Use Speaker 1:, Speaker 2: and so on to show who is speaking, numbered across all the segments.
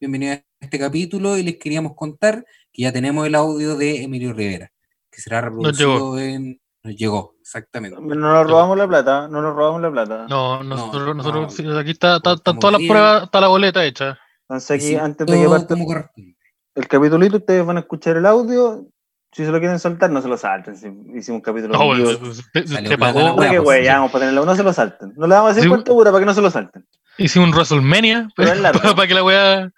Speaker 1: Bienvenidos a este capítulo y les queríamos contar que ya tenemos el audio de Emilio Rivera, que será reproducido
Speaker 2: llegó.
Speaker 1: en... Nos llegó, exactamente.
Speaker 3: No nos robamos la plata, no nos robamos la plata.
Speaker 2: No, nosotros,
Speaker 1: no,
Speaker 2: nosotros aquí está, está- están
Speaker 1: Estamos
Speaker 2: todas las
Speaker 1: bien.
Speaker 2: pruebas, está la boleta hecha.
Speaker 3: Entonces aquí,
Speaker 1: Sí,
Speaker 3: antes de
Speaker 1: todo
Speaker 3: que parta
Speaker 1: como corresponde.
Speaker 3: el capitulito, ustedes van a escuchar el audio. Si se lo quieren soltar, no se lo salten. Si hicimos un capítulo
Speaker 2: No,
Speaker 3: en vivo.
Speaker 2: se- se- se-
Speaker 1: Salió
Speaker 2: te
Speaker 1: plata la
Speaker 2: pagó.
Speaker 1: wea,
Speaker 3: Porque,
Speaker 1: pues,
Speaker 3: güey,
Speaker 1: sí.
Speaker 3: ya vamos a tenerlo, no se lo salten. No le vamos a decir
Speaker 2: Sí,
Speaker 3: cuánto dura para que no se lo salten.
Speaker 2: Hice un WrestleMania
Speaker 3: Pero es largo.
Speaker 2: para, que la weá.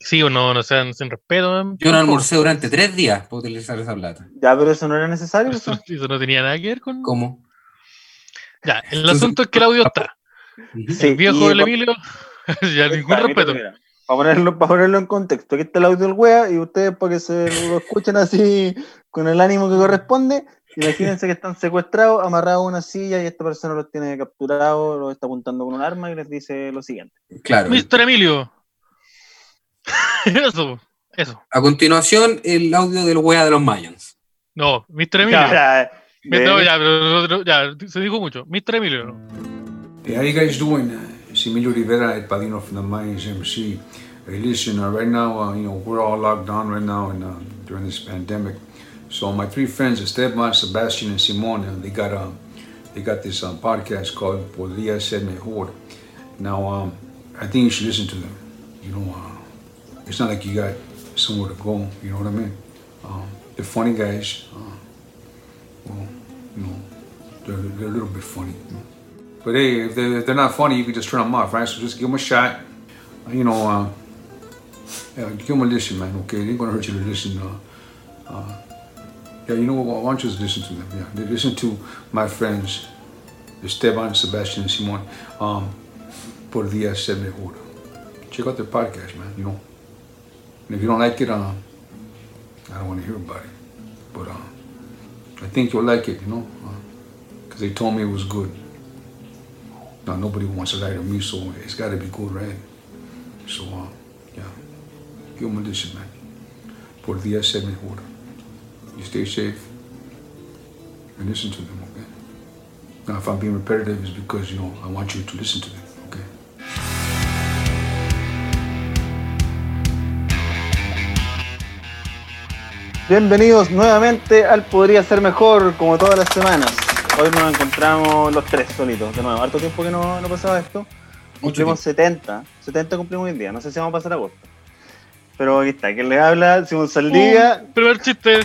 Speaker 2: Sí o no, no sean sin respeto. man.
Speaker 1: Yo no almorcé durante tres días para utilizar esa plata.
Speaker 3: Ya, pero eso no era necesario.
Speaker 2: Eso,
Speaker 3: eso.
Speaker 2: eso no tenía nada que ver con.
Speaker 1: ¿Cómo?
Speaker 2: Ya, el asunto es que el audio está.
Speaker 3: Sí,
Speaker 2: El viejo
Speaker 3: y-
Speaker 2: del Emilio. ya,
Speaker 3: Ahí
Speaker 2: ningún
Speaker 3: está, mira,
Speaker 2: respeto.
Speaker 3: mira. Para ponerlo, para ponerlo en contexto, aquí está el audio del wea y ustedes para que se lo escuchen así con el ánimo que corresponde, imagínense que están secuestrados, amarrados a una silla y esta persona los tiene capturados, los está apuntando con un arma y les dice lo siguiente.
Speaker 1: Claro.
Speaker 2: Mr. Emilio. eso, eso.
Speaker 1: A continuación, el audio del wea de los Mayans.
Speaker 2: No, Mr. Emilio.
Speaker 3: Ya,
Speaker 2: Me-
Speaker 3: de-
Speaker 2: no, ya, pero- pero- ya, se dijo mucho. Mr. Emilio.
Speaker 4: Hey, how you guys doing? Uh, It's Emilio Rivera at Padino from the Mayans MC. Hey, listen, uh, right now, uh, you know, we're all locked down right now and uh, during this pandemic. So my three friends, Esteban, Sebastian, and Simone, uh, they got um, they got this um, podcast called Podría Ser Mejor. Now, um, I think you should listen to them. You know, uh, it's not like you got somewhere to go. You know what I mean? Um, they're funny guys. Uh, well, you know, they're, they're a little bit funny. you know. But hey, if they're, if they're not funny, you can just turn them off, right? So just give them a shot. Uh, You know, uh, yeah, give them a listen, man. Okay, it ain't gonna hurt you to listen. Uh, uh, yeah, you know what? Why don't you just listen to them? Yeah, They listen to my friends, Esteban, Sebastian, and Simon. Um, por día se mejor. Check out their podcast, man. You know, and if you don't like it, uh, I don't want to hear about it. But uh, I think you'll like it, you know, because they told me it was good. Now nobody wants to lie to me, so it's got to be good, right? So, uh, yeah, give them a listen, man. Por día se mejor. You stay safe and listen to them, okay? Now, if I'm being repetitive, it's because you know I want you to listen to them, okay?
Speaker 3: Bienvenidos nuevamente al Podría Ser Mejor, como todas las semanas. Hoy nos encontramos los tres solitos, de nuevo. Harto tiempo que no, no pasaba esto. Cumplimos 70. 70 cumplimos hoy en día. No sé si vamos a pasar a agosto. Pero aquí está. ¿Quién les habla?
Speaker 1: Uh.
Speaker 3: Simón Saldivia.
Speaker 2: Un primer chiste.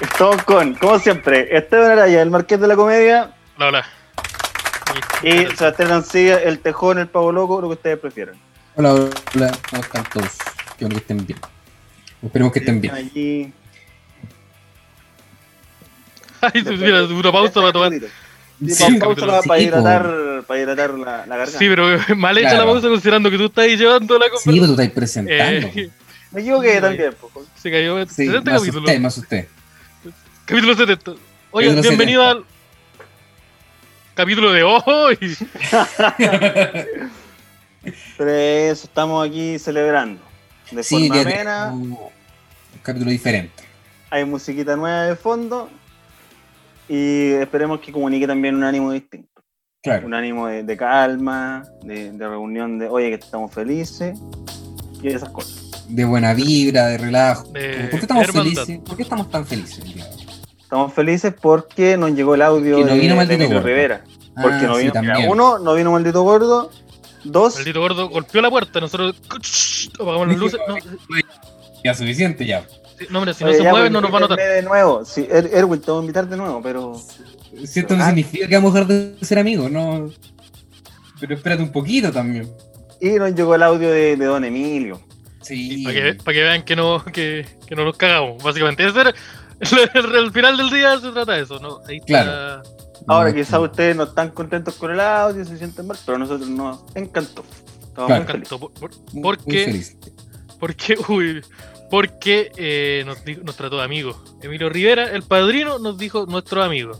Speaker 3: Estamos con, como siempre, Esteban Araya, el Marqués de la Comedia.
Speaker 2: La hola.
Speaker 3: Y Sebastián Ancilla, el Tejón, el Pavo Loco, lo que ustedes prefieran.
Speaker 1: Hola, hola, ¿cómo están todos? Espero que estén bien. Esperemos que estén bien.
Speaker 3: Allí.
Speaker 2: Ay, se- mira, una pausa para tomar.
Speaker 3: Sí,
Speaker 1: Sí,
Speaker 3: pausa para,
Speaker 1: sí,
Speaker 3: para
Speaker 1: po.
Speaker 3: hidratar, para hidratar la, la garganta.
Speaker 2: Sí, pero eh, mal hecha
Speaker 1: Claro.
Speaker 2: la pausa considerando que tú estás ahí llevando la
Speaker 1: Sí, pero
Speaker 2: conversación.
Speaker 1: tú estás presentando.
Speaker 2: Eh,
Speaker 3: Me equivoqué también. po.
Speaker 2: se cayó.
Speaker 1: Sí,
Speaker 2: 70
Speaker 1: más
Speaker 2: capítulo.
Speaker 1: usted, más usted.
Speaker 2: Capítulo 70. Oye,
Speaker 1: Capítulo
Speaker 2: bienvenido al capítulo de hoy.
Speaker 3: Pero eso estamos aquí celebrando. De
Speaker 1: Sí,
Speaker 3: forma
Speaker 1: que
Speaker 3: amena,
Speaker 1: tenemos un capítulo diferente.
Speaker 3: hay musiquita nueva de fondo y esperemos que comunique también un ánimo distinto.
Speaker 1: Claro.
Speaker 3: Un ánimo de, de calma, de, de reunión de, oye, que estamos felices y esas cosas.
Speaker 1: de buena vibra, de relajo.
Speaker 2: De
Speaker 1: ¿Por qué estamos
Speaker 2: Eh, hermandad.
Speaker 1: felices? ¿Por qué estamos tan felices? el día de hoy?
Speaker 3: Estamos felices porque nos llegó el audio
Speaker 1: Que no
Speaker 3: de,
Speaker 1: vino
Speaker 3: de
Speaker 1: Maldito
Speaker 3: Emilio
Speaker 1: Gordo.
Speaker 3: Rivera. Porque
Speaker 1: Ah,
Speaker 3: no
Speaker 1: sí,
Speaker 3: vino, mira,
Speaker 1: también.
Speaker 3: uno, no vino Maldito Gordo. Dos,
Speaker 2: Maldito gordo golpeó la puerta. Nosotros ¡Shh! apagamos las luces. No,
Speaker 1: Ya suficiente, ya.
Speaker 2: sí, no, mira, si no
Speaker 3: oye,
Speaker 2: se
Speaker 3: ya,
Speaker 2: mueve,
Speaker 3: pues,
Speaker 2: no nos va a notar.
Speaker 3: invítenme De nuevo, sí, Er- Erwin, te voy a invitar de nuevo, pero...
Speaker 1: Si esto no
Speaker 3: Ah.
Speaker 1: significa que vamos a dejar de ser amigos, no. Pero espérate un poquito también.
Speaker 3: Y nos llegó el audio de, de Don Emilio.
Speaker 1: Sí.
Speaker 2: Para que, para que vean que no, que, que no nos cagamos, básicamente. Ese era- al final del día se trata de eso, ¿no? Ahí está.
Speaker 1: Claro.
Speaker 3: Ahora
Speaker 1: No,
Speaker 3: quizás ustedes no están contentos con el audio, se sienten mal, pero a nosotros nos encantó. Estamos
Speaker 1: Claro.
Speaker 3: muy felices.
Speaker 2: Canto, por- por-
Speaker 1: muy-
Speaker 2: ¿por
Speaker 1: muy
Speaker 2: qué?
Speaker 1: feliz.
Speaker 2: Porque, uy, porque eh, nos, dijo- nos trató de amigos. Emilio Rivera, el padrino, nos dijo nuestro amigo.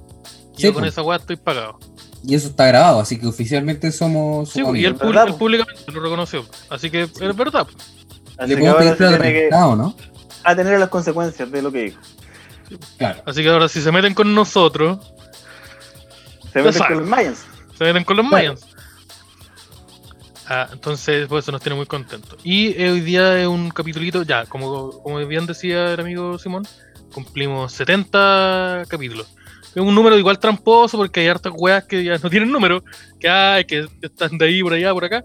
Speaker 2: Y
Speaker 1: Sí,
Speaker 2: yo con
Speaker 1: pues.
Speaker 2: esa weá estoy pagado.
Speaker 1: Y eso está grabado, así que oficialmente somos.
Speaker 2: Sí,
Speaker 1: somos
Speaker 2: y él,
Speaker 1: amigos.
Speaker 3: es verdad,
Speaker 2: públi- él
Speaker 3: po.
Speaker 2: públicamente lo reconoció. Así que es verdad.
Speaker 3: Así
Speaker 1: Le
Speaker 3: que
Speaker 1: podemos
Speaker 3: ahora
Speaker 1: pedir
Speaker 3: se
Speaker 1: plata
Speaker 3: tiene que
Speaker 1: prestada, ¿o ¿no?
Speaker 3: atener a las consecuencias de lo que dijo.
Speaker 1: Claro.
Speaker 2: Así que ahora, si se meten con nosotros,
Speaker 3: Se meten
Speaker 2: sabe.
Speaker 3: con los Mayans.
Speaker 2: se meten con los
Speaker 1: Claro.
Speaker 2: Mayans. Ah, entonces, pues eso nos tiene muy contentos. Y eh, hoy día es un capitulito, ya, como, como bien decía el amigo Simón, cumplimos 70 capítulos. Es un número igual tramposo porque hay hartas weas que ya no tienen número, que hay, que están de ahí, por allá, por acá.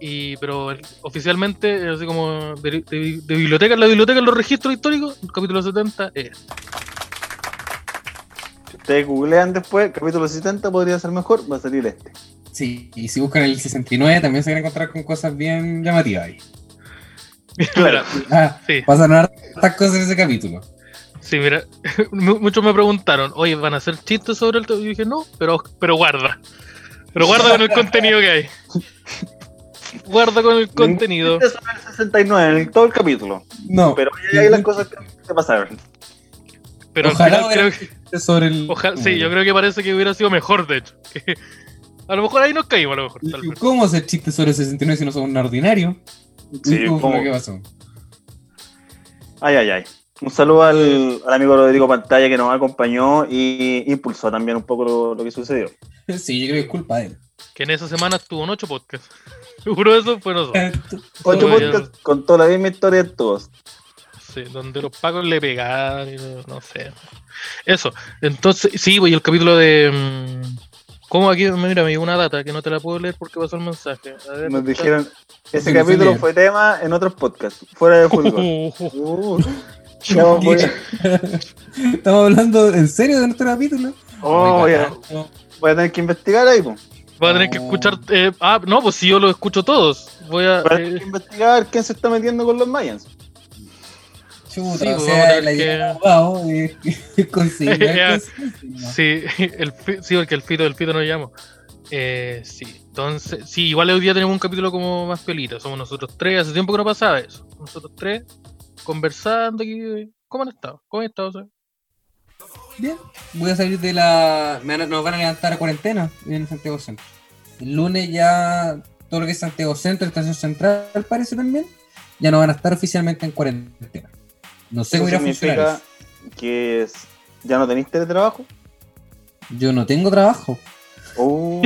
Speaker 2: Y, pero el- oficialmente, eh, así como de, de- de biblioteca en la biblioteca, en los registros históricos, el capítulo 70 es.
Speaker 3: Si ustedes googlean después, capítulo 70 podría ser mejor, va a salir este.
Speaker 1: Sí, y si buscan el 69 también se van a encontrar con cosas bien llamativas ahí.
Speaker 3: Claro.
Speaker 1: Ah,
Speaker 2: sí.
Speaker 1: Pasan hartas cosas en ese capítulo.
Speaker 2: Sí, mira, mu- muchos me preguntaron, oye, ¿van a hacer chistes sobre el tema? Yo dije, no, pero, pero guarda. Pero guarda con el contenido que hay. Guarda con el contenido.
Speaker 3: Este es el 69, en todo el capítulo.
Speaker 1: No,
Speaker 3: Pero ahí hay las cosas que que pasaron.
Speaker 2: Pero
Speaker 1: Ojalá
Speaker 2: al final
Speaker 1: hubiera-
Speaker 2: creo que,
Speaker 1: sobre el.
Speaker 2: ojalá- sí, yo creo que parece que hubiera sido mejor, de hecho. Que- a lo mejor ahí nos caímos, a lo mejor. tal
Speaker 1: ¿Y
Speaker 2: vez.
Speaker 1: ¿Cómo hacer chistes sobre el 69 si no somos un ordinario?
Speaker 3: Sí,
Speaker 1: ¿Cómo fue
Speaker 3: como-
Speaker 1: lo que pasó?
Speaker 3: Ay, ay, ay. Un saludo al, al amigo Rodrigo Pantalla que nos acompañó y impulsó también un poco lo, lo que sucedió.
Speaker 1: Sí, yo creo que es culpa de él.
Speaker 2: Que en esa semana estuvo en ocho podcasts. Seguro de eso fue nosotros.
Speaker 3: Ocho
Speaker 2: Todo
Speaker 3: podcasts contó la misma historia de todos.
Speaker 2: Sí, donde los pacos le pegaban y no, no sé. Eso. Entonces, sí, pues y el capítulo de. mm, ¿Cómo aquí? Mira, me llegó una data que no te la puedo leer porque pasó el mensaje. A ver,
Speaker 3: Nos
Speaker 2: está-
Speaker 3: dijeron, ese
Speaker 1: Sí,
Speaker 3: capítulo
Speaker 1: sí.
Speaker 3: fue tema en otros podcasts, fuera de fútbol. Uh, pues. ya vamos por-
Speaker 1: pues, Estamos hablando en serio de nuestro capítulo.
Speaker 3: Oh,
Speaker 1: Muy
Speaker 3: ya.
Speaker 1: bacán.
Speaker 3: Voy a tener que investigar ahí, pues.
Speaker 2: Va a tener que
Speaker 1: No.
Speaker 2: escuchar. eh, ah, no, pues si yo lo escucho todos. Voy a.
Speaker 3: Voy a tener
Speaker 2: eh,
Speaker 3: que investigar quién se está metiendo con los Mayans.
Speaker 1: Chuta,
Speaker 2: Sí,
Speaker 1: o
Speaker 2: pues, vamos a
Speaker 1: sea,
Speaker 2: tener
Speaker 1: la oh, eh, idea
Speaker 2: que-
Speaker 1: del abogado es- es conseguir
Speaker 2: Ya.
Speaker 1: algo así, ¿no?
Speaker 2: Sí, el, fi- sí, porque el fito, el fito no llamo. Eh, sí, entonces, sí, igual hoy día tenemos un capítulo como más piolita. Somos nosotros tres, hace tiempo que no pasaba eso. Nosotros tres conversando aquí. ¿Cómo han estado? ¿Cómo han estado? o sea?
Speaker 1: Bien, voy a salir de la. me van a- nos van a levantar a cuarentena en Santiago Centro. El lunes ya todo lo que es Santiago Centro, Estación Central, parece también, ya no van a estar oficialmente en cuarentena. No sé cómo irá a funcionar.
Speaker 3: significa que es- ya no tenéis teletrabajo.
Speaker 1: eso. Yo no tengo trabajo.
Speaker 3: Oh,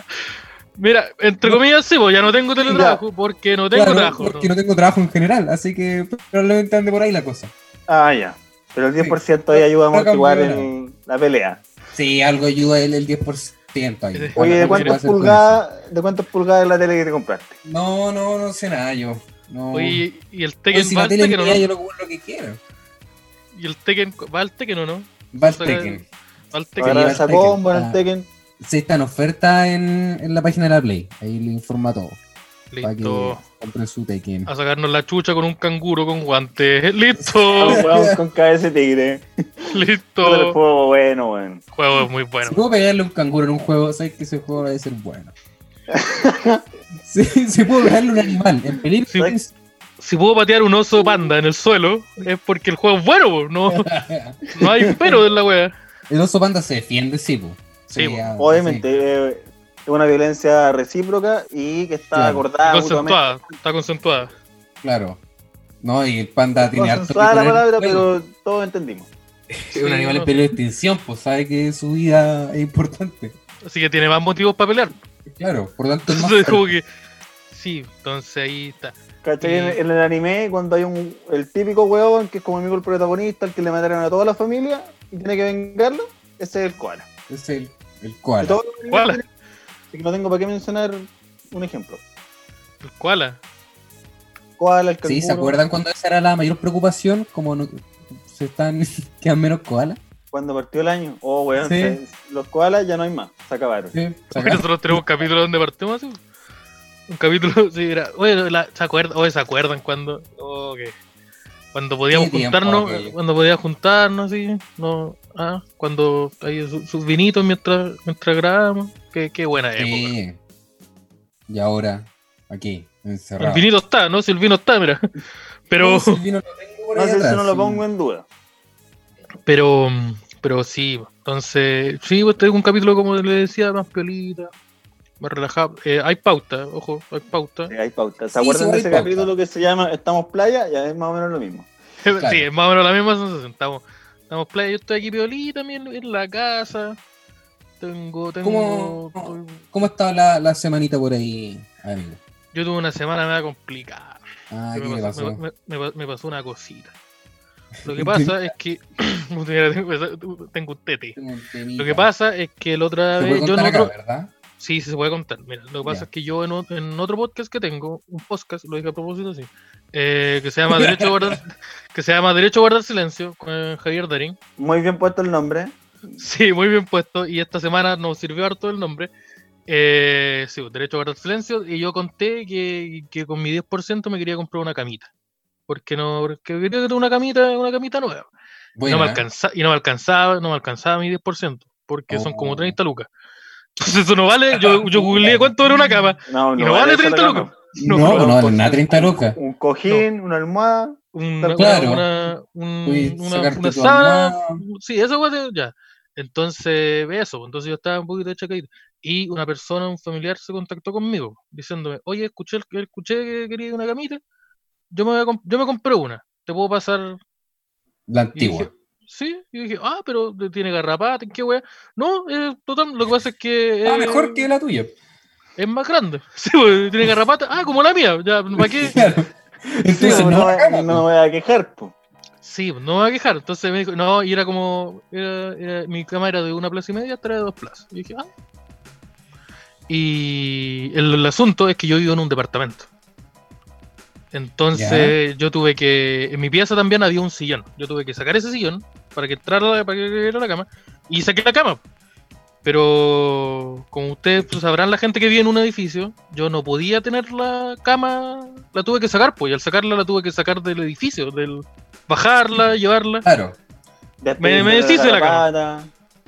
Speaker 2: Mira, entre comillas, sí, pues ya no tengo teletrabajo porque no tengo
Speaker 1: Claro,
Speaker 2: trabajo. ¿no?
Speaker 1: Porque no tengo trabajo en general, así que probablemente ande por ahí la cosa.
Speaker 3: ah, ya. Pero el 10% ahí ayuda a amortiguar el- la pelea.
Speaker 1: Sí, algo ayuda el, el 10% ahí.
Speaker 2: Ojalá
Speaker 3: Oye, ¿de
Speaker 1: Algo pueda
Speaker 2: cuánto
Speaker 3: cuántas
Speaker 1: hacer con
Speaker 3: pulgadas, de cuántas pulgadas es la tele que te compraste?
Speaker 1: eso. No, no, no sé nada yo. No.
Speaker 2: Oye, y el
Speaker 1: Oye,
Speaker 2: Tekken
Speaker 1: si la
Speaker 2: Valste
Speaker 1: tele es
Speaker 2: que no,
Speaker 1: mía,
Speaker 2: no.
Speaker 1: yo lo pongo lo que quiera.
Speaker 2: Y el Tekken Valste que no, no.
Speaker 1: Va el
Speaker 2: O sea,
Speaker 1: Tekken.
Speaker 2: Valste que
Speaker 1: Ahora-
Speaker 3: Ahora
Speaker 1: lleva
Speaker 3: esa
Speaker 1: el Tekken.
Speaker 3: combo en
Speaker 1: Ah.
Speaker 3: el Tekken.
Speaker 1: Sí, está en oferta en, en la página de la Play. Ahí le informa todo. Para que
Speaker 2: Listo. Ah,
Speaker 1: compren su Tekken.
Speaker 2: A sacarnos la chucha con un canguro con guantes. Listo.
Speaker 3: Ah, weón, con cabeza de tigre. Puta, el
Speaker 2: Listo.
Speaker 3: juego bueno, weón.
Speaker 2: El juego es muy
Speaker 1: Si
Speaker 2: bueno.
Speaker 1: puedo pegarle un canguro en un juego, sabes que ese juego debe ser bueno. sí, si puedo pegarle un animal en películas.
Speaker 2: Si puedo patear un oso panda en el suelo, es porque el juego es bueno, po. no, no hay pero en la wea.
Speaker 1: el oso panda se defiende, sí, po.
Speaker 2: Sí, po.
Speaker 1: ah,
Speaker 3: Obviamente, eh, es una violencia recíproca y que está
Speaker 1: Claro.
Speaker 3: acordada mutuamente.
Speaker 2: consensuada, está consentuada.
Speaker 1: sí, claro. No, y el panda tiene harto.
Speaker 3: Consensuada la
Speaker 1: que poner en
Speaker 3: palabra,
Speaker 1: juego.
Speaker 3: pero todos entendimos.
Speaker 1: Es un animal en peligro de extinción, pues sabe que su vida es importante.
Speaker 2: Así que tiene más motivos para pelear.
Speaker 1: Claro, por tanto es más
Speaker 2: Entonces, como
Speaker 1: fuerte.
Speaker 2: que. Sí, entonces ahí está.
Speaker 3: ¿Cachai?
Speaker 2: Y-
Speaker 3: En, en el anime, cuando hay un, el típico huevón que es como amigo el protagonista, el que le mataron a toda la familia y tiene que vengarlo, ese es el koala.
Speaker 1: es el, el
Speaker 3: Y
Speaker 1: koala.
Speaker 3: todos los animes
Speaker 2: Koala.
Speaker 3: tienen- Así que no tengo para qué mencionar un ejemplo.
Speaker 2: El koala.
Speaker 3: Koala, el
Speaker 1: Sí, ¿se
Speaker 3: canguro,
Speaker 1: acuerdan cuando esa era la mayor preocupación? Como no- se están, quedan menos koalas.
Speaker 3: Cuando partió el año. Oh, weón,
Speaker 1: Sí.
Speaker 3: se- los koalas ya no hay más, se acabaron.
Speaker 1: Sí, se
Speaker 2: Porque
Speaker 1: acaban.
Speaker 2: nosotros tenemos un capítulo donde partimos así. Un capítulo, sí, era. Oye, la- ¿se acuerdan? Oye, ¿se acuerdan cuando? oh, que- Cuando podíamos
Speaker 1: tiempo
Speaker 2: juntarnos,
Speaker 1: aquello.
Speaker 2: cuando podíamos juntarnos, sí, no, ah, cuando hay su- sus vinitos mientras, mientras grabamos, qué, qué buena época.
Speaker 1: Sí. Y ahora, aquí, encerrado.
Speaker 2: El vinito está, ¿no? Si el vino está, mira. Pero,
Speaker 1: No, si el vino lo tengo por
Speaker 3: No
Speaker 1: ahí
Speaker 3: sé si
Speaker 1: atrás,
Speaker 3: no lo
Speaker 1: sí.
Speaker 3: pongo en duda.
Speaker 2: pero, pero sí, entonces, sí, pues tengo un capítulo, como le decía, más piolita, más relajado. Eh, hay pauta, ojo, hay pauta.
Speaker 3: Sí, hay pautas. ¿Se
Speaker 1: Sí,
Speaker 3: acuerdan
Speaker 1: sí,
Speaker 3: de
Speaker 1: hay
Speaker 3: ese
Speaker 1: pauta.
Speaker 3: capítulo que se llama Estamos Playa? Ya es más o menos lo mismo.
Speaker 1: Claro.
Speaker 2: Sí, es más o menos la misma sensación. Estamos, estamos play, yo estoy aquí piolita también en la casa. Tengo, tengo.
Speaker 1: ¿Cómo, cómo está la, la semanita por ahí, amigo?
Speaker 2: Yo tuve una semana media complicada.
Speaker 1: Ah,
Speaker 2: Que
Speaker 1: ¿qué
Speaker 2: me,
Speaker 1: le
Speaker 2: pasó,
Speaker 1: pasó?
Speaker 2: me- me- me- me pasó una cosita. Lo que pasa es que. Mira, tengo- tengo un tete. Lo que pasa es que la otra
Speaker 1: es
Speaker 2: vez.
Speaker 1: que
Speaker 2: Yo en
Speaker 1: acá,
Speaker 2: otro,
Speaker 1: ¿verdad?
Speaker 2: sí, sí se puede contar. Mira, lo que pasa
Speaker 1: Ya.
Speaker 2: es que yo en, ot- en otro podcast que tengo, un podcast, lo dije a propósito, sí, eh, que, se llama Derecho a guardar, que se llama Derecho a Guardar Silencio con Javier Darín.
Speaker 3: Muy bien puesto el nombre.
Speaker 2: Sí, muy bien puesto. Y esta semana nos sirvió harto el nombre. Eh, sí, Derecho a Guardar Silencio. Y yo conté que, que con mi 10% me quería comprar una camita. Porque no, porque quería tener una camita, una camita nueva. Y
Speaker 1: Bueno,
Speaker 2: no me alcanza, y no me alcanzaba, no me alcanzaba mi 10%, porque son como
Speaker 1: Oh.
Speaker 2: 30 lucas. Entonces eso no vale, yo, yo googleé cuánto era una cama.
Speaker 3: No,
Speaker 2: Y no vale
Speaker 3: eso es lo
Speaker 2: 30
Speaker 3: que-
Speaker 2: lucas.
Speaker 1: no, no, no,
Speaker 3: pues,
Speaker 1: nada, 30 lucas.
Speaker 3: Un cojín, una almohada.
Speaker 2: Una,
Speaker 1: Claro.
Speaker 2: una, un-
Speaker 1: Puedes
Speaker 2: una,
Speaker 1: sacarte
Speaker 2: una
Speaker 1: tu
Speaker 2: sábana.
Speaker 1: almohada.
Speaker 2: Sí, eso weón, ya. Entonces, ve eso. Entonces yo estaba un poquito chacadito. Y una persona, un familiar, se contactó conmigo, diciéndome, oye, escuché, el- escuché que quería una camita. Yo me, voy a comp- yo me compré una. Te puedo pasar
Speaker 1: La
Speaker 2: Y
Speaker 1: antigua.
Speaker 2: dije, sí, y dije, ah, pero te- tiene garrapata, qué wea. No, eh, total, lo que pasa es que.
Speaker 1: Ah,
Speaker 2: eh,
Speaker 1: mejor que la tuya.
Speaker 2: Es más grande. Sí, pues, tiene garrapata. Ah, como la mía. Ya, ¿para qué?
Speaker 1: Claro.
Speaker 3: Sí,
Speaker 1: Entonces,
Speaker 3: no,
Speaker 1: no,
Speaker 3: me-
Speaker 1: cama,
Speaker 3: no me voy a quejar, po.
Speaker 2: Sí, no me va a quejar. Entonces me dijo, no, y era como. Era, era- mi cama era de una plaza y media, esta era de dos plazas. Y dije, ah. Y el, el asunto es que yo vivo en un departamento. Entonces yo tuve que. En mi pieza también había un sillón. Yo tuve que sacar ese sillón para que entrara la- para que era la cama. Y saqué la cama. Pero como ustedes pues, sabrán, la gente que vive en un edificio, yo no podía tener la cama. La tuve que sacar, pues. Y al sacarla la tuve que sacar del edificio, del bajarla, llevarla.
Speaker 1: Claro.
Speaker 3: Despedirme
Speaker 2: me
Speaker 3: de
Speaker 2: deshice de la cama.
Speaker 3: garrapata.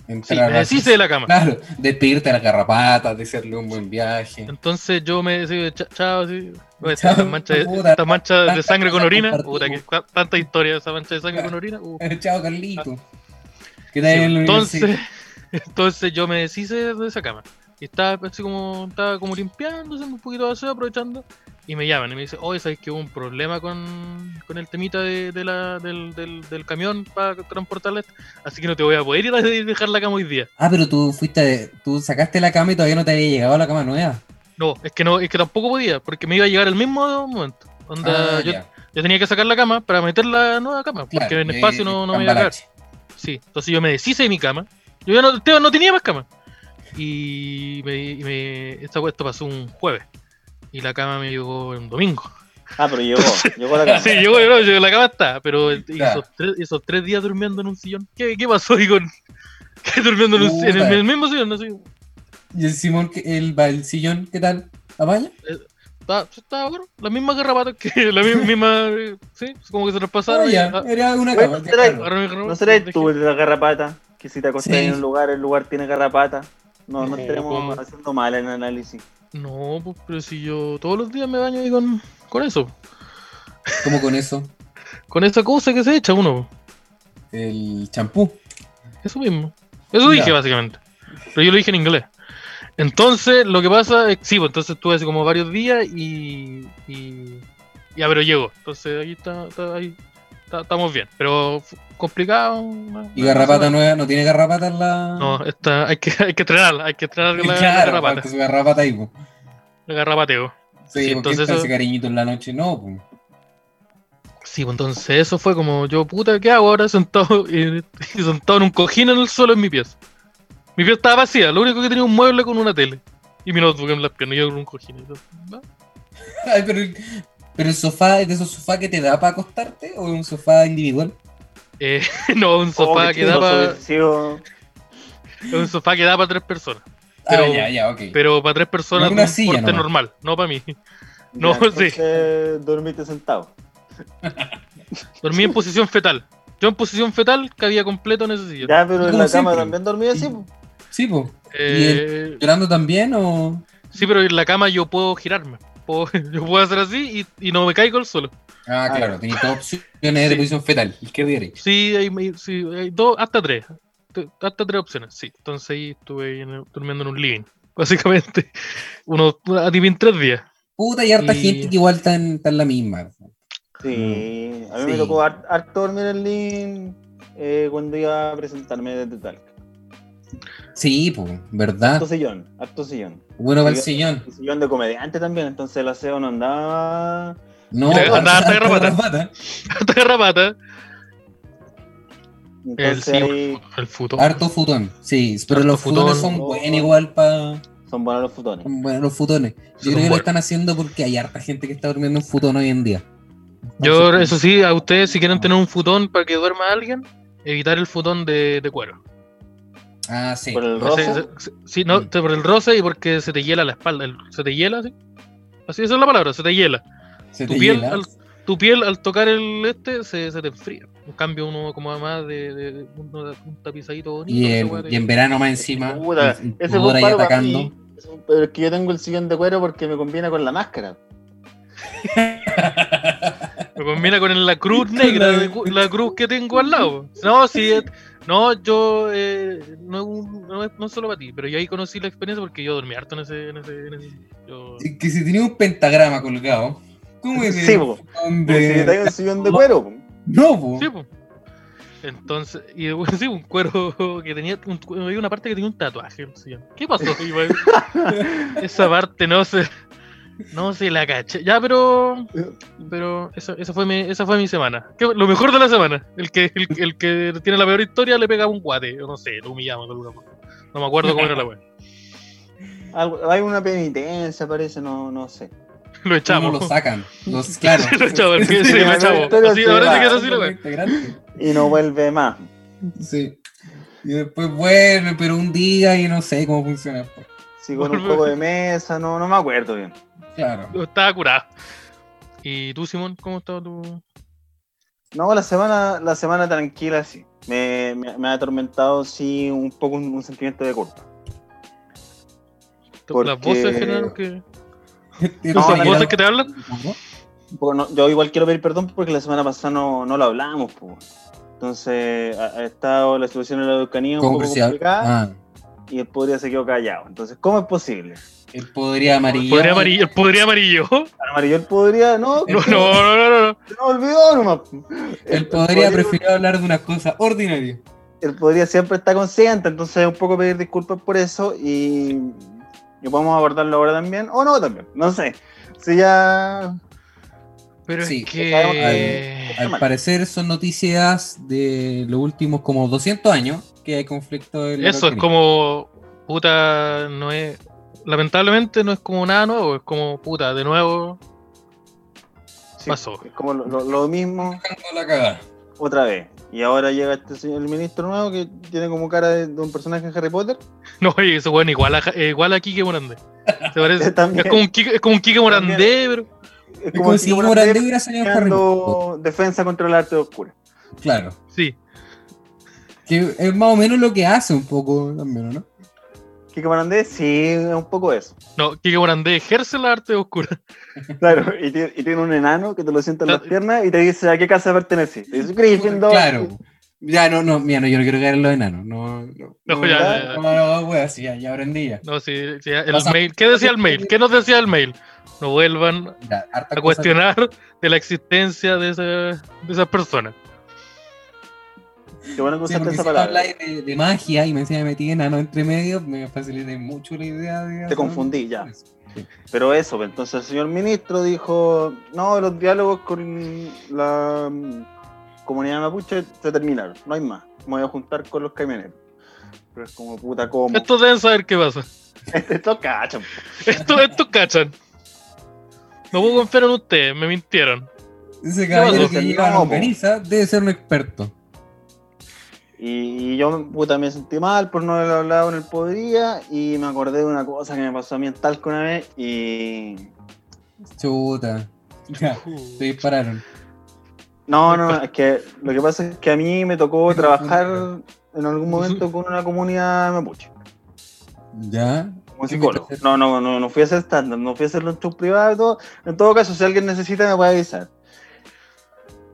Speaker 2: Sí,
Speaker 1: Entrar a
Speaker 2: me
Speaker 1: la-
Speaker 2: deshice de la cama.
Speaker 1: Claro, despedirte de la garrapata, desearle un buen viaje.
Speaker 2: Entonces yo me decía, "Cha- chao, sí. Oye, Estas
Speaker 1: Chao,
Speaker 2: manchas,
Speaker 1: puta,
Speaker 2: estas manchas de
Speaker 1: tanta
Speaker 2: sangre con
Speaker 1: cosa
Speaker 2: orina,
Speaker 1: compartimos.
Speaker 2: puta, que cua- tanta historia esa mancha de sangre con orina. uh.
Speaker 1: Chao, Carlito. ¿Qué
Speaker 2: Sí,
Speaker 1: tal en la
Speaker 2: entonces,
Speaker 1: universidad?
Speaker 2: entonces yo me deshice de esa cama. Y estaba así como, estaba como limpiando, haciendo un poquito de aseo, aprovechando. Y me llaman y me dicen, oye, ¿sabes que hubo un problema con, con el temita de, de la, del, del, del camión para transportarla? Así que no te voy a poder ir a dejar la cama hoy día.
Speaker 1: Ah, pero tú fuiste, tú sacaste la cama y todavía no te había llegado la cama nueva.
Speaker 2: No, es que no, es que tampoco podía, porque me iba a llegar el mismo momento. Onda,
Speaker 1: Ah,
Speaker 2: yo,
Speaker 1: ya,
Speaker 2: yo tenía que sacar la cama para meter la nueva cama, porque
Speaker 1: claro,
Speaker 2: en
Speaker 1: eh,
Speaker 2: espacio no, no me iba a quedar.
Speaker 1: cambalache.
Speaker 2: Sí, entonces yo me deshice de mi cama. Yo ya no, Esteban no tenía más cama. Y me, y me- esta cuesta pasó un jueves. Y la cama me llegó un domingo.
Speaker 3: Ah, pero llegó, llegó la cama.
Speaker 2: Sí, llegó, llegó, llegó, la cama está. Pero y
Speaker 1: Claro.
Speaker 2: esos, tres, esos tres días durmiendo en un sillón. ¿Qué, qué pasó ahí con.? que durmiendo en, un- en el,
Speaker 1: Puta.
Speaker 2: en el mismo sillón? No sé,
Speaker 1: ¿Y el Simón, que- el, va- el sillón, qué tal? ¿Apaña?
Speaker 2: estaba, estaba bueno, las mismas garrapatas que la mi- misma. eh, sí, como que se
Speaker 1: Ah,
Speaker 2: traspasaron. y-
Speaker 1: ya,
Speaker 2: ah,
Speaker 1: era una
Speaker 3: Bueno,
Speaker 1: cama. ya,
Speaker 3: será-
Speaker 1: claro.
Speaker 2: agarraron mi garrapata,
Speaker 3: ¿No serás
Speaker 2: dejé-
Speaker 3: tú el de la garrapata? Que si te acostás
Speaker 1: Sí.
Speaker 3: en un lugar, el lugar tiene garrapata. No, no
Speaker 2: No,
Speaker 3: estaremos
Speaker 2: ¿cómo?
Speaker 3: haciendo mal en análisis.
Speaker 2: No, pues, pero si yo todos los días me baño ahí con, con eso.
Speaker 1: ¿Cómo con eso?
Speaker 2: Con esa cosa que se echa uno.
Speaker 1: El champú.
Speaker 2: Eso mismo. Eso dije,
Speaker 1: Ya.
Speaker 2: básicamente. Pero yo lo dije en inglés. Entonces, lo que pasa es. Sí, pues entonces estuve hace como varios días y. y ya, pero llego. Entonces, ahí está. está- ahí está- estamos bien. Pero fu- complicado. una-
Speaker 1: ¿Y
Speaker 2: una
Speaker 1: garrapata
Speaker 2: semana.
Speaker 1: nueva? ¿No tiene garrapata en la...?
Speaker 2: No, está, hay, que, hay que entrenarla. Hay que entrenar la, la
Speaker 1: claro,
Speaker 2: garrapata.
Speaker 1: falta su garrapata ahí, po.
Speaker 2: La garrapateo.
Speaker 1: Sí,
Speaker 2: Sí,
Speaker 1: porque
Speaker 2: entonces
Speaker 1: está
Speaker 2: eso-
Speaker 1: ese cariñito en la noche, no, po.
Speaker 2: Sí, pues entonces eso fue como yo, puta, ¿qué hago ahora sentado, en- sentado en un cojín en el suelo en mi pieza? Mi pieza estaba vacía, lo único que tenía un mueble con una tele y mi notebook en las piernas y yo con un cojín. Y yo, "Ah".
Speaker 1: Ay, pero, el- pero el sofá, ¿es de esos sofás que te da para acostarte o es un sofá individual?
Speaker 2: Eh, no, un
Speaker 3: Oh,
Speaker 2: sofá,
Speaker 3: qué
Speaker 2: que da pa-
Speaker 3: ofensivo.
Speaker 2: un sofá que da para tres personas,
Speaker 1: ah,
Speaker 2: Pero-
Speaker 1: ya, ya, ok.
Speaker 2: pero para tres personas
Speaker 1: Una
Speaker 2: con un
Speaker 1: silla
Speaker 2: porte
Speaker 1: nomás.
Speaker 2: normal, no para mí. No,
Speaker 3: Ya,
Speaker 2: sí.
Speaker 3: entonces, Dormiste sentado.
Speaker 2: Dormí en posición fetal. Yo en posición fetal cabía completo en ese sillón.
Speaker 3: Ya, pero en
Speaker 1: Como
Speaker 3: la cama
Speaker 1: siempre.
Speaker 3: también dormía así.
Speaker 1: Sí.
Speaker 3: po.
Speaker 1: Sí, po.
Speaker 2: Eh,
Speaker 1: ¿Llorando también o...?
Speaker 2: sí, pero en la cama yo puedo girarme. Puedo- yo puedo hacer así y, y no me caigo al suelo.
Speaker 1: Ah,
Speaker 3: Ah,
Speaker 1: claro, tenía dos opciones
Speaker 2: Sí.
Speaker 1: de posición fetal, izquierda y derecha.
Speaker 2: Sí, hay, hay- sí, hay dos, hasta tres. T- Hasta tres opciones, sí. Entonces ahí estuve ahí en el- durmiendo en un living, básicamente. Uno, adivin tres días.
Speaker 1: Puta, y harta
Speaker 2: Y-
Speaker 1: gente que igual está en, está en la misma.
Speaker 3: Sí, a mí me
Speaker 1: Sí.
Speaker 3: tocó har- harto dormir en Lin eh, cuando iba a presentarme desde Talca.
Speaker 1: Sí, pues, ¿verdad?
Speaker 3: Harto sillón, harto sillón.
Speaker 1: Bueno, va el sillón.
Speaker 3: Un sillón de comediante también, entonces el aseo no andaba.
Speaker 1: No,
Speaker 2: Mira,
Speaker 1: va
Speaker 2: andaba
Speaker 1: a
Speaker 2: harta
Speaker 1: ser
Speaker 2: garrapata.
Speaker 1: garrapata.
Speaker 2: Harta garrapata. El,
Speaker 3: Entonces
Speaker 2: sí,
Speaker 3: ahí
Speaker 2: el futón.
Speaker 1: Harto futón, sí. Pero
Speaker 2: Harto
Speaker 1: los futones
Speaker 2: futón.
Speaker 3: Oh.
Speaker 1: son buenos igual para...
Speaker 3: son buenos los futones.
Speaker 1: Bueno, los futones. Yo
Speaker 2: Son
Speaker 1: creo que lo
Speaker 2: buenos.
Speaker 1: están haciendo porque hay harta gente que está durmiendo en futón hoy en día.
Speaker 2: Yo, eso sí, a ustedes, si quieren tener un futón para que duerma alguien, evitar el futón de, de cuero.
Speaker 1: Ah, sí.
Speaker 3: Por el
Speaker 2: No sé,
Speaker 3: roce.
Speaker 2: se- se- sí, no,
Speaker 1: Mm.
Speaker 2: te- por el roce y porque se te hiela la espalda. el- se te hiela, sí. Así, esa es la palabra, se te hiela.
Speaker 1: Se
Speaker 2: Tu
Speaker 1: te
Speaker 2: piel,
Speaker 1: hiela.
Speaker 2: al, tu piel al tocar el este se, se te enfría. En cambio, uno como más de, de- de- uno de- un tapizadito bonito.
Speaker 1: Y,
Speaker 2: esa
Speaker 1: en-
Speaker 2: weá te-
Speaker 1: y en verano más encima.
Speaker 3: Puta,
Speaker 1: el- el
Speaker 3: ese fue
Speaker 1: sudor
Speaker 3: un
Speaker 1: ahí
Speaker 3: palo para
Speaker 1: atacando.
Speaker 3: mí. Pero es que yo tengo el sillón de cuero porque me combina con la máscara.
Speaker 2: Me combina con la cruz negra, de cu- la cruz que tengo al lado. No, sí, eh, no, yo, eh, no, es un- no, es- no es solo para ti, pero yo ahí conocí la experiencia porque yo dormí harto en ese... En ese, en ese- yo-
Speaker 1: Y Que si tenía un pentagrama colgado. ¿Cómo es?
Speaker 3: Sí, po. Pero si
Speaker 1: ¿Dónde?
Speaker 3: yo tengo el sillón de cuero, po.
Speaker 1: No, po.
Speaker 2: Sí, pues. Entonces, y de- sí, un cuero que tenía, un, cu- había una parte que tenía un tatuaje. el sillón. ¿Qué pasó? Y bueno, esa parte no se, no se la caché. Ya, pero, pero esa, esa fue mi, esa fue mi semana. ¿Qué- lo mejor de la semana. El que, el, el que tiene la peor historia le pega un guate. Yo No sé, lo humillamos de alguna forma. No me acuerdo cómo era la wea.
Speaker 3: Algo- Hay una penitencia, parece, no, no sé.
Speaker 2: Lo
Speaker 1: ¿Cómo
Speaker 2: echamos.
Speaker 1: lo sacan? Los, claro.
Speaker 2: lo echamos, que sí, lo echamos.
Speaker 3: Pero
Speaker 2: Así,
Speaker 3: se
Speaker 2: ahora sí
Speaker 3: va.
Speaker 2: que es así la wea.
Speaker 3: Y no vuelve más.
Speaker 1: Sí. Y después vuelve, pero un día y no sé cómo funciona. pues, po.
Speaker 3: Si con un juego de mesa, no, no me acuerdo bien.
Speaker 1: Claro.
Speaker 2: Yo Estaba curado. ¿Y tú, Simón, cómo estaba tu...?
Speaker 3: No, la semana, la semana tranquila, sí. Me, me- me ha atormentado, sí, un poco un, un sentimiento de culpa.
Speaker 2: Las
Speaker 3: Porque-
Speaker 2: voces generaron que...
Speaker 1: Este
Speaker 3: No,
Speaker 2: ¿Son
Speaker 3: la
Speaker 2: las
Speaker 3: verdad-
Speaker 2: voces que te hablan?
Speaker 3: Bueno, yo igual quiero pedir perdón porque la semana pasada no, no lo hablamos, po. Entonces, ha, ha estado la situación en la educanía un poco
Speaker 1: Comercial.
Speaker 3: complicada
Speaker 1: Ah,
Speaker 3: y el podría se quedó callado. Entonces, ¿cómo es posible?
Speaker 1: el podría amarillo.
Speaker 2: Podría amarillo. el Podría amarillo.
Speaker 3: Amarillo el podría, no,
Speaker 2: No, no, no, no, no.
Speaker 3: se me olvidó nomás.
Speaker 1: El podría prefirió hablar de una cosa ordinaria.
Speaker 3: él podría siempre estar consciente, entonces un poco pedir disculpas por eso y, y podemos abordarlo ahora también, o no también, no sé. Si ya...
Speaker 2: Pero
Speaker 1: Sí.
Speaker 2: es que.
Speaker 3: Ay,
Speaker 1: Al parecer son noticias de los últimos como 200 años que hay conflicto en la
Speaker 2: Eso es
Speaker 1: Araucanía.
Speaker 2: como. Puta, no es. Lamentablemente no es como nada nuevo, es como puta, de nuevo.
Speaker 3: sí,
Speaker 2: Pasó.
Speaker 3: Es como lo, lo- lo mismo
Speaker 1: Dejando la cagada.
Speaker 3: otra vez. Y ahora llega este señor, el ministro nuevo que tiene como cara de, de un personaje en Harry Potter.
Speaker 2: No, oye, eso bueno, igual a, eh, igual a Quique Morandé. Se parece.
Speaker 3: También.
Speaker 2: es, como un Quique, es como un Quique Morandé, pero.
Speaker 3: Es
Speaker 1: Es como
Speaker 3: el
Speaker 1: si
Speaker 3: señor
Speaker 1: Morandé
Speaker 3: Andrés
Speaker 1: hubiera salido en Harry Potter.
Speaker 3: creando defensa contra el arte oscura.
Speaker 1: Claro.
Speaker 2: Sí.
Speaker 1: Que es más o menos lo que hace un poco también, ¿no?
Speaker 3: Kike Morandé, sí, es un poco eso.
Speaker 2: No, Quique Morandé ejerce la arte oscura.
Speaker 3: Claro, y tiene, y tiene un enano que te lo sienta en las
Speaker 2: Claro.
Speaker 3: piernas y te dice a qué casa pertenece. Te dice Gryffindor.
Speaker 1: Claro. Ya, no, no, mira, no, yo no quiero caer en los enanos. No, no,
Speaker 2: No, pues ya, ya, ya.
Speaker 1: no, no, no, wea, sí, ya, ya aprendí ya.
Speaker 2: No, sí, sí, el
Speaker 1: Pasa-
Speaker 2: mail. ¿Qué decía el mail? ¿Qué nos decía el mail? No vuelvan
Speaker 1: Ya, harta
Speaker 2: a
Speaker 1: cosa-
Speaker 2: cuestionar de la existencia de esa, de esa persona.
Speaker 3: Qué bueno que
Speaker 1: Sí,
Speaker 3: usaste
Speaker 1: porque
Speaker 3: esa
Speaker 1: si
Speaker 3: palabra.
Speaker 1: habláis de, de magia y me encima metí enano entre medio, me facilita mucho la idea de. hacer-
Speaker 3: confundí, ya. Pero eso, pues, entonces el señor ministro dijo, no, los diálogos con la mm, comunidad mapuche se terminaron, no hay más, me voy a juntar con los camioneros. Pero es como puta, ¿cómo? pues. Esto,
Speaker 2: Estos deben saber qué pasa.
Speaker 3: cachan.
Speaker 2: Estos, estos cachan. No puedo confiar en ustedes, me mintieron.
Speaker 1: Ese caballero
Speaker 3: No,
Speaker 1: que
Speaker 3: no,
Speaker 1: lleva la
Speaker 3: no,
Speaker 1: organiza debe ser un experto.
Speaker 3: Y, y yo puta, me sentí mal por no haber hablado en el podría y me acordé de una cosa que me pasó a mí en Talca una vez y...
Speaker 1: Chuta. Ya, te dispararon.
Speaker 3: No, no, no, es que lo que pasa es que a mí me tocó trabajar en algún momento con una comunidad mapuche.
Speaker 1: Ya.
Speaker 3: Como psicólogo. No, no, no, no fui a hacer stand no fui a hacer los shows privados. y todo. En todo caso, si alguien necesita, me puede avisar.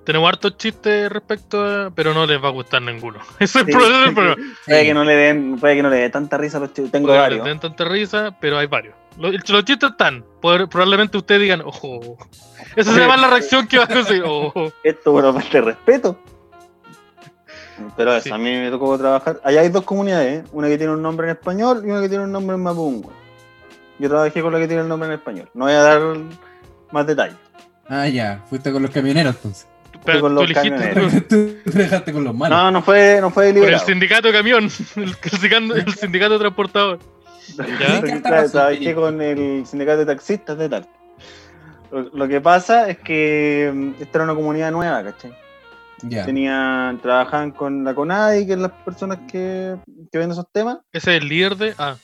Speaker 2: Tenemos hartos chistes respecto a... Pero no les va a gustar ninguno. Ese es el
Speaker 3: Sí.
Speaker 2: problema del problema.
Speaker 3: Puede que no le den, puede que no le dé tanta risa a los chicos. Tengo
Speaker 2: Porque les
Speaker 3: varios.
Speaker 2: den tanta risa, pero hay varios. Los, los chistes están. Por- probablemente ustedes digan, ojo. Esa será más la reacción que va a conseguir. Ojo.
Speaker 3: Esto, bueno, falta de respeto. Pero eso,
Speaker 2: Sí.
Speaker 3: a mí me tocó trabajar. Allá hay dos comunidades, ¿eh? una que tiene un nombre en español y una que tiene un nombre en mapungwe. Yo trabajé con la que tiene el nombre en español. No voy a dar más detalles.
Speaker 1: Ah, ya, fuiste con los camioneros entonces.
Speaker 2: Pero
Speaker 3: con
Speaker 2: tú
Speaker 3: los
Speaker 2: elegiste
Speaker 3: camioneros.
Speaker 2: tú-
Speaker 1: Tú te dejaste con los malos.
Speaker 3: No, no fue, no fue
Speaker 2: por el
Speaker 3: deliberado.
Speaker 2: sindicato de camión, el, el sindicato, el sindicato de transportador.
Speaker 1: ¿Ya?
Speaker 3: Tra- tra- Trabajé con el sindicato de taxistas de tal. Lo, lo que pasa es que mm, esta era una comunidad nueva, ¿cachai?
Speaker 1: ya.
Speaker 3: Tenían, trabajaban con la CONADI, que es las personas que, que ven esos temas.
Speaker 2: Ese es el líder de. Ah,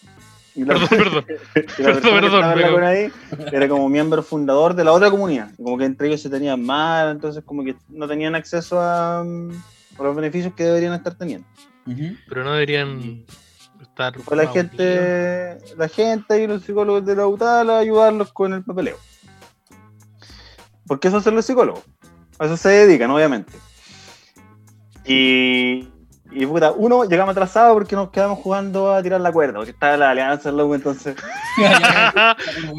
Speaker 3: Y la-
Speaker 2: perdón, perdón.
Speaker 3: Y la
Speaker 2: Perdón,
Speaker 3: persona que
Speaker 2: perdón,
Speaker 3: estaba en
Speaker 2: pero-
Speaker 3: la Conadi era como miembro fundador de la otra comunidad. Como que entre ellos se tenían mal, entonces como que no tenían acceso a, mm, a los beneficios que deberían estar teniendo.
Speaker 1: Ujú.
Speaker 2: Pero no deberían estar.
Speaker 3: Fue la
Speaker 2: más unidos.
Speaker 3: gente, la gente y los psicólogos de la UTAL a ayudarlos con el papeleo. Porque eso hacen los psicólogos. A eso se dedican, obviamente. Y, y puta, uno llegamos atrasado porque nos quedamos jugando a tirar la cuerda, porque estaba la alianza loco, entonces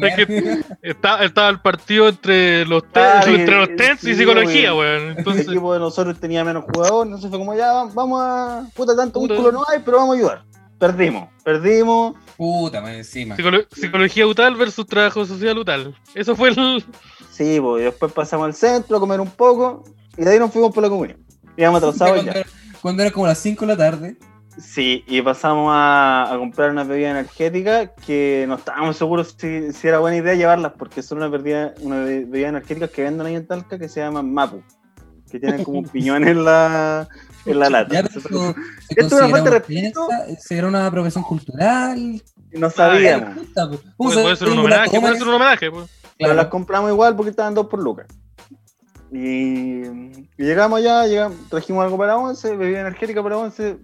Speaker 2: Es que está, estaba el partido entre los te-
Speaker 3: Ay,
Speaker 2: entre los TENS
Speaker 3: Ah,
Speaker 2: y
Speaker 3: sí,
Speaker 2: psicología, weón. Entonces,
Speaker 3: el equipo de nosotros tenía menos jugadores, entonces fue como ya vamos a. Puta, tanto
Speaker 2: Puta.
Speaker 3: músculo no hay, pero vamos a ayudar. Perdimos, perdimos.
Speaker 1: Puta, más encima.
Speaker 2: psicolo- psicología UTAL versus trabajo social UTAL. Eso fue el.
Speaker 3: Sí, po, y después pasamos al centro a comer un poco y de ahí nos fuimos por la comunidad. Íbamos atrasados
Speaker 1: cuando,
Speaker 3: ya.
Speaker 1: era, cuando era como las 5 de la tarde.
Speaker 3: Sí, y pasamos a, a comprar unas bebidas energéticas que no estábamos seguros si, si era buena idea llevarlas, porque son unas bebidas, unas be- bebidas energéticas que venden ahí en Talca que se llaman Mapu, que tienen como un piñón en la, en la lata.
Speaker 1: Ya
Speaker 3: Entonces,
Speaker 1: se co- se
Speaker 3: Esto era
Speaker 1: considera
Speaker 3: falta de
Speaker 1: una
Speaker 3: respeto.
Speaker 1: fiesta, se era una apropiación cultural.
Speaker 3: no sabíamos.
Speaker 1: Puta, pues. Vamos a
Speaker 2: Puede ser
Speaker 1: hacer
Speaker 2: un
Speaker 1: una
Speaker 2: homenaje,
Speaker 1: toma
Speaker 2: puede ser un homenaje. pues.
Speaker 3: Pero las
Speaker 1: Claro.
Speaker 3: compramos igual porque estaban dos por lucas. Y, y llegamos allá, llegamos, trajimos algo para 11, bebida energética para 11,